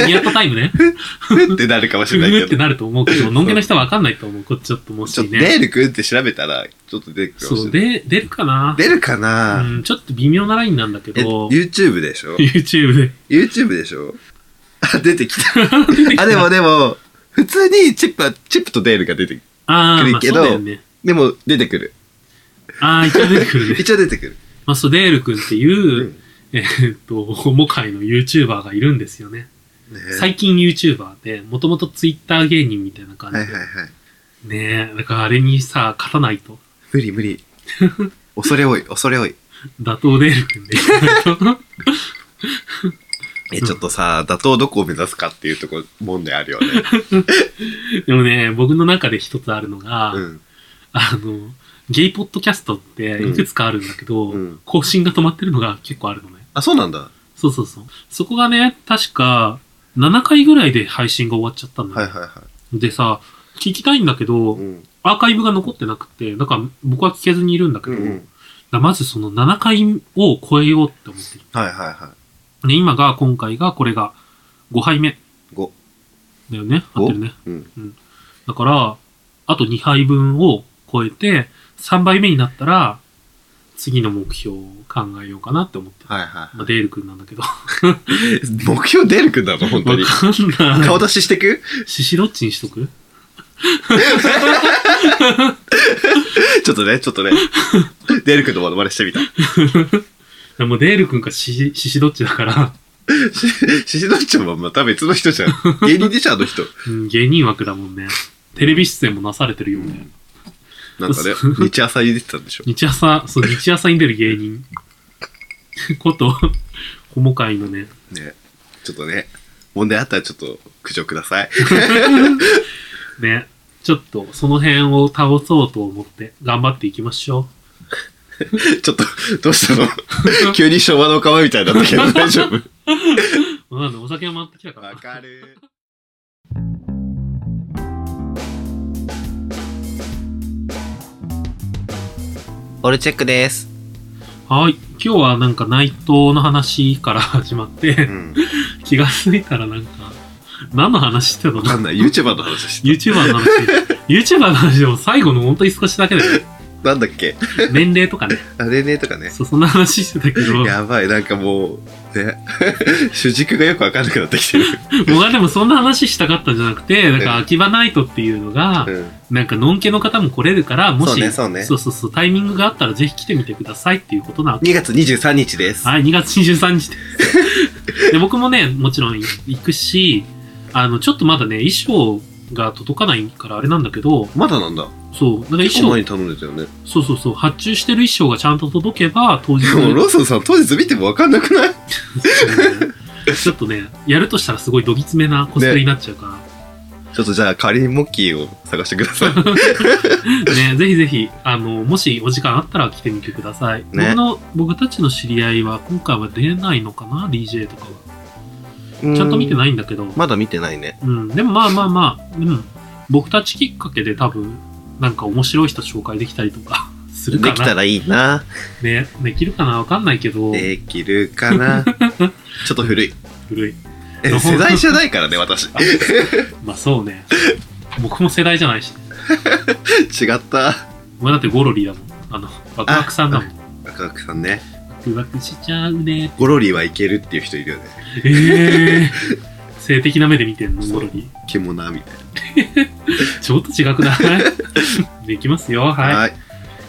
[SPEAKER 2] ニヤッとタイ
[SPEAKER 1] [laughs]
[SPEAKER 2] ムね。
[SPEAKER 1] ふってなるかもし
[SPEAKER 2] ふ
[SPEAKER 1] れないけ
[SPEAKER 2] ふ
[SPEAKER 1] ど。
[SPEAKER 2] ってなると思うけど、のんけの人はわかんないと思う。こっちちょっとも
[SPEAKER 1] ちょっ
[SPEAKER 2] し
[SPEAKER 1] と
[SPEAKER 2] ね。
[SPEAKER 1] デールくんって調べたら、ちょっと出てくるかもし
[SPEAKER 2] そう、
[SPEAKER 1] れない。
[SPEAKER 2] で、出るかな
[SPEAKER 1] 出るかな、
[SPEAKER 2] うん、ちょっと微妙なラインなんだけ
[SPEAKER 1] え、
[SPEAKER 2] ど、
[SPEAKER 1] YouTube でしょ
[SPEAKER 2] [laughs] YouTube で。
[SPEAKER 1] ?YouTube でしょ [laughs] あ、出てきた。
[SPEAKER 2] [laughs] 出てきた
[SPEAKER 1] あ、でもでも、普通にチップは、チップとデールが出てくる。
[SPEAKER 2] あー、
[SPEAKER 1] 来
[SPEAKER 2] ま
[SPEAKER 1] る
[SPEAKER 2] あ、そ
[SPEAKER 1] け
[SPEAKER 2] う
[SPEAKER 1] ど
[SPEAKER 2] だよね。
[SPEAKER 1] でも、出てく
[SPEAKER 2] [laughs]
[SPEAKER 1] る。
[SPEAKER 2] あー、一応出て
[SPEAKER 1] [laughs]
[SPEAKER 2] くるね。
[SPEAKER 1] 一応出てくる。
[SPEAKER 2] まあ、そう、デール君って
[SPEAKER 1] う
[SPEAKER 2] いう、
[SPEAKER 1] ん
[SPEAKER 2] えーっと、ホモ界の YouTuber がいるんですよね。
[SPEAKER 1] ね
[SPEAKER 2] 最近 YouTuber で、もともと Twitter 芸人みたいな感じ
[SPEAKER 1] は
[SPEAKER 2] で。
[SPEAKER 1] いはいはい。
[SPEAKER 2] ねえ、だからあれにさ、勝たないと。
[SPEAKER 1] 無理無
[SPEAKER 2] [laughs]
[SPEAKER 1] 理。恐れ多い、恐れ多い。
[SPEAKER 2] 打倒デール
[SPEAKER 1] [laughs]
[SPEAKER 2] 君でいかないと。
[SPEAKER 1] え、
[SPEAKER 2] うん
[SPEAKER 1] ちょっとさ、打倒どこを目指すかっていうとこ、問題あるよね。
[SPEAKER 2] でもね、僕の中で一つあるのが、
[SPEAKER 1] うん。
[SPEAKER 2] あの、ゲイポッドキャストっていくつかあるんだけど、
[SPEAKER 1] うん
[SPEAKER 2] 更新が止まってるのが結構あるのね。
[SPEAKER 1] あ、そうなんだ。は
[SPEAKER 2] そうそうそう。そこがね、確か7回ぐらいで配信が終わっちゃったんだよ。
[SPEAKER 1] いはいは
[SPEAKER 2] でさ、聞きたいんだけど、
[SPEAKER 1] い。うん。
[SPEAKER 2] アーカイブが残ってなくて、だから僕は聞けずにいるんだけ
[SPEAKER 1] う
[SPEAKER 2] ど、だか
[SPEAKER 1] ん。
[SPEAKER 2] らまずその7回を超えようって思ってる。
[SPEAKER 1] はいはいは
[SPEAKER 2] で、今が、今回が、これが5杯目
[SPEAKER 1] い。5。
[SPEAKER 2] だよね。合ってるね。
[SPEAKER 1] うん。
[SPEAKER 2] だから、あと2杯分を超えて、3杯目になったら、次の目標を考えようかなって思ってる。
[SPEAKER 1] はいは
[SPEAKER 2] まあ、デール君なんだけど。わ
[SPEAKER 1] い。目標出るくんだの本
[SPEAKER 2] か
[SPEAKER 1] 当
[SPEAKER 2] ん
[SPEAKER 1] に。
[SPEAKER 2] ない。 [laughs]
[SPEAKER 1] 顔出ししてく
[SPEAKER 2] シシロッチにしとく
[SPEAKER 1] ちょっとね、ちょっ
[SPEAKER 2] [laughs]
[SPEAKER 1] とね。出るくんのものまねしてみた。
[SPEAKER 2] でもデール君かシシシシロッチだから、
[SPEAKER 1] [laughs] ししどっちもまた別の人じゃん。芸人でしょ、あの人。
[SPEAKER 2] うん、芸人枠だもんね。テレビ出演もなされてるよね。
[SPEAKER 1] なんかね、日朝茹でてたんでしょ。
[SPEAKER 2] 日朝、そう、日朝に出る芸人。こと、ホモ界のね。
[SPEAKER 1] ね。ちょっとね、問題あったらちょっと苦情ください。 [laughs]
[SPEAKER 2] ね。ちょっと、その辺を倒そうと思って、頑張っていきましょ
[SPEAKER 1] ちょっと、どうしたの急に昭和の川みたいになったけど大丈夫
[SPEAKER 2] う。なんで、お酒が回ってきたから。
[SPEAKER 1] かる。オルチェックです。
[SPEAKER 2] はい。今日はなんか内藤の話から始まって [laughs]
[SPEAKER 1] う、ん。
[SPEAKER 2] 気がついたらなんか、何の話してたの
[SPEAKER 1] わかん
[SPEAKER 2] [laughs]
[SPEAKER 1] ない。YouTuber の話して
[SPEAKER 2] ?YouTuber の話。YouTuber の話でも最後の本当に少しだけ
[SPEAKER 1] [laughs]
[SPEAKER 2] だよ。
[SPEAKER 1] た。なんだっけ
[SPEAKER 2] 年齢とかね。
[SPEAKER 1] あれねとかね。
[SPEAKER 2] そう、そんな話してたけど、
[SPEAKER 1] やばい、なんかもう、ね。 [laughs] 主軸がよくわかんなくなってきてる。
[SPEAKER 2] 僕はでもそんな話したかったんじゃなくて、なんか秋葉ナイトっていうのが、
[SPEAKER 1] うん。
[SPEAKER 2] なんか、のんけの方も来れるから、もし、
[SPEAKER 1] そうねそうね
[SPEAKER 2] そうそうそうタイミングがあったら、ぜひ来てみてくださいっていうことなわけ。
[SPEAKER 1] 2月23日です。
[SPEAKER 2] はい、2月23日です。で、僕もね、もちろん行くし、あの、ちょっとまだね、衣装が届かないからあれなんだけど、
[SPEAKER 1] まだなんだ。
[SPEAKER 2] そう、なんか衣
[SPEAKER 1] 結構前
[SPEAKER 2] 装、
[SPEAKER 1] に頼んでたよね。
[SPEAKER 2] そうそうそう、発注してる衣装がちゃんと届けば、当日
[SPEAKER 1] でも、ローソンさん当日見てもわかんなくない
[SPEAKER 2] ちょっとね、やるとしたらすごいどぎつめなコスプレになっちゃうから、
[SPEAKER 1] ちょっとじゃあ、代わりにモッキーを探してくだ
[SPEAKER 2] [laughs]
[SPEAKER 1] さい。
[SPEAKER 2] ね、ぜひぜひ、あの、もしお時間あったら来てみてください。僕の、僕たちの知り合いは今回は出ないのかな ?DJ とかは。ちゃんと見て
[SPEAKER 1] い
[SPEAKER 2] ないんだけど。
[SPEAKER 1] まだ見てないね。
[SPEAKER 2] うん。でもまあまあまあ、うん。僕たちきっかけで多分、なんか面白い人紹介できたりとか [laughs] す
[SPEAKER 1] で
[SPEAKER 2] るかな。
[SPEAKER 1] きたらいいな。
[SPEAKER 2] ね、できるかなわかんないけど、
[SPEAKER 1] できるか
[SPEAKER 2] [laughs]
[SPEAKER 1] な。ちょっと古い。
[SPEAKER 2] 古い。
[SPEAKER 1] え世代じゃないからね、私。
[SPEAKER 2] [laughs] あまあそうね。僕も世代じゃないし、ね。
[SPEAKER 1] 違った。
[SPEAKER 2] 僕だってゴロリだもん。あの、ワクワクさんだもん。
[SPEAKER 1] 赤くさんね。
[SPEAKER 2] ワクワクしちゃうね。
[SPEAKER 1] ゴロリはいけるっていう人いるよね。
[SPEAKER 2] ええー。
[SPEAKER 1] [laughs]
[SPEAKER 2] 性的な目で見てんの、ゴロリ。
[SPEAKER 1] 獣みたい
[SPEAKER 2] ちょっと違くない [laughs] できますよ。はい。
[SPEAKER 1] な。はい。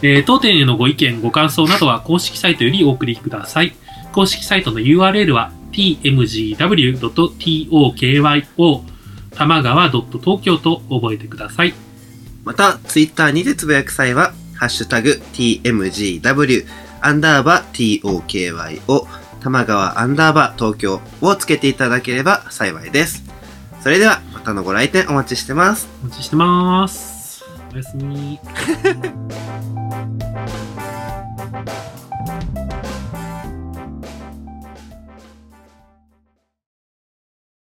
[SPEAKER 2] えー当店へのご意見、ご感想などは公式サイトよりお送りください。公式サイトの URL は tmgw.tokyo 玉川 .tokyo と覚えてください。
[SPEAKER 1] また、ツイッターにてつぶやく際は、ハッシュタグ、tmgw、アンダーバー、tokyo、玉川アンダーバー、東京をつけていただければ幸いです。それでは、またのご来店お待ちしてます。
[SPEAKER 2] お待ちしてます。おやすみ。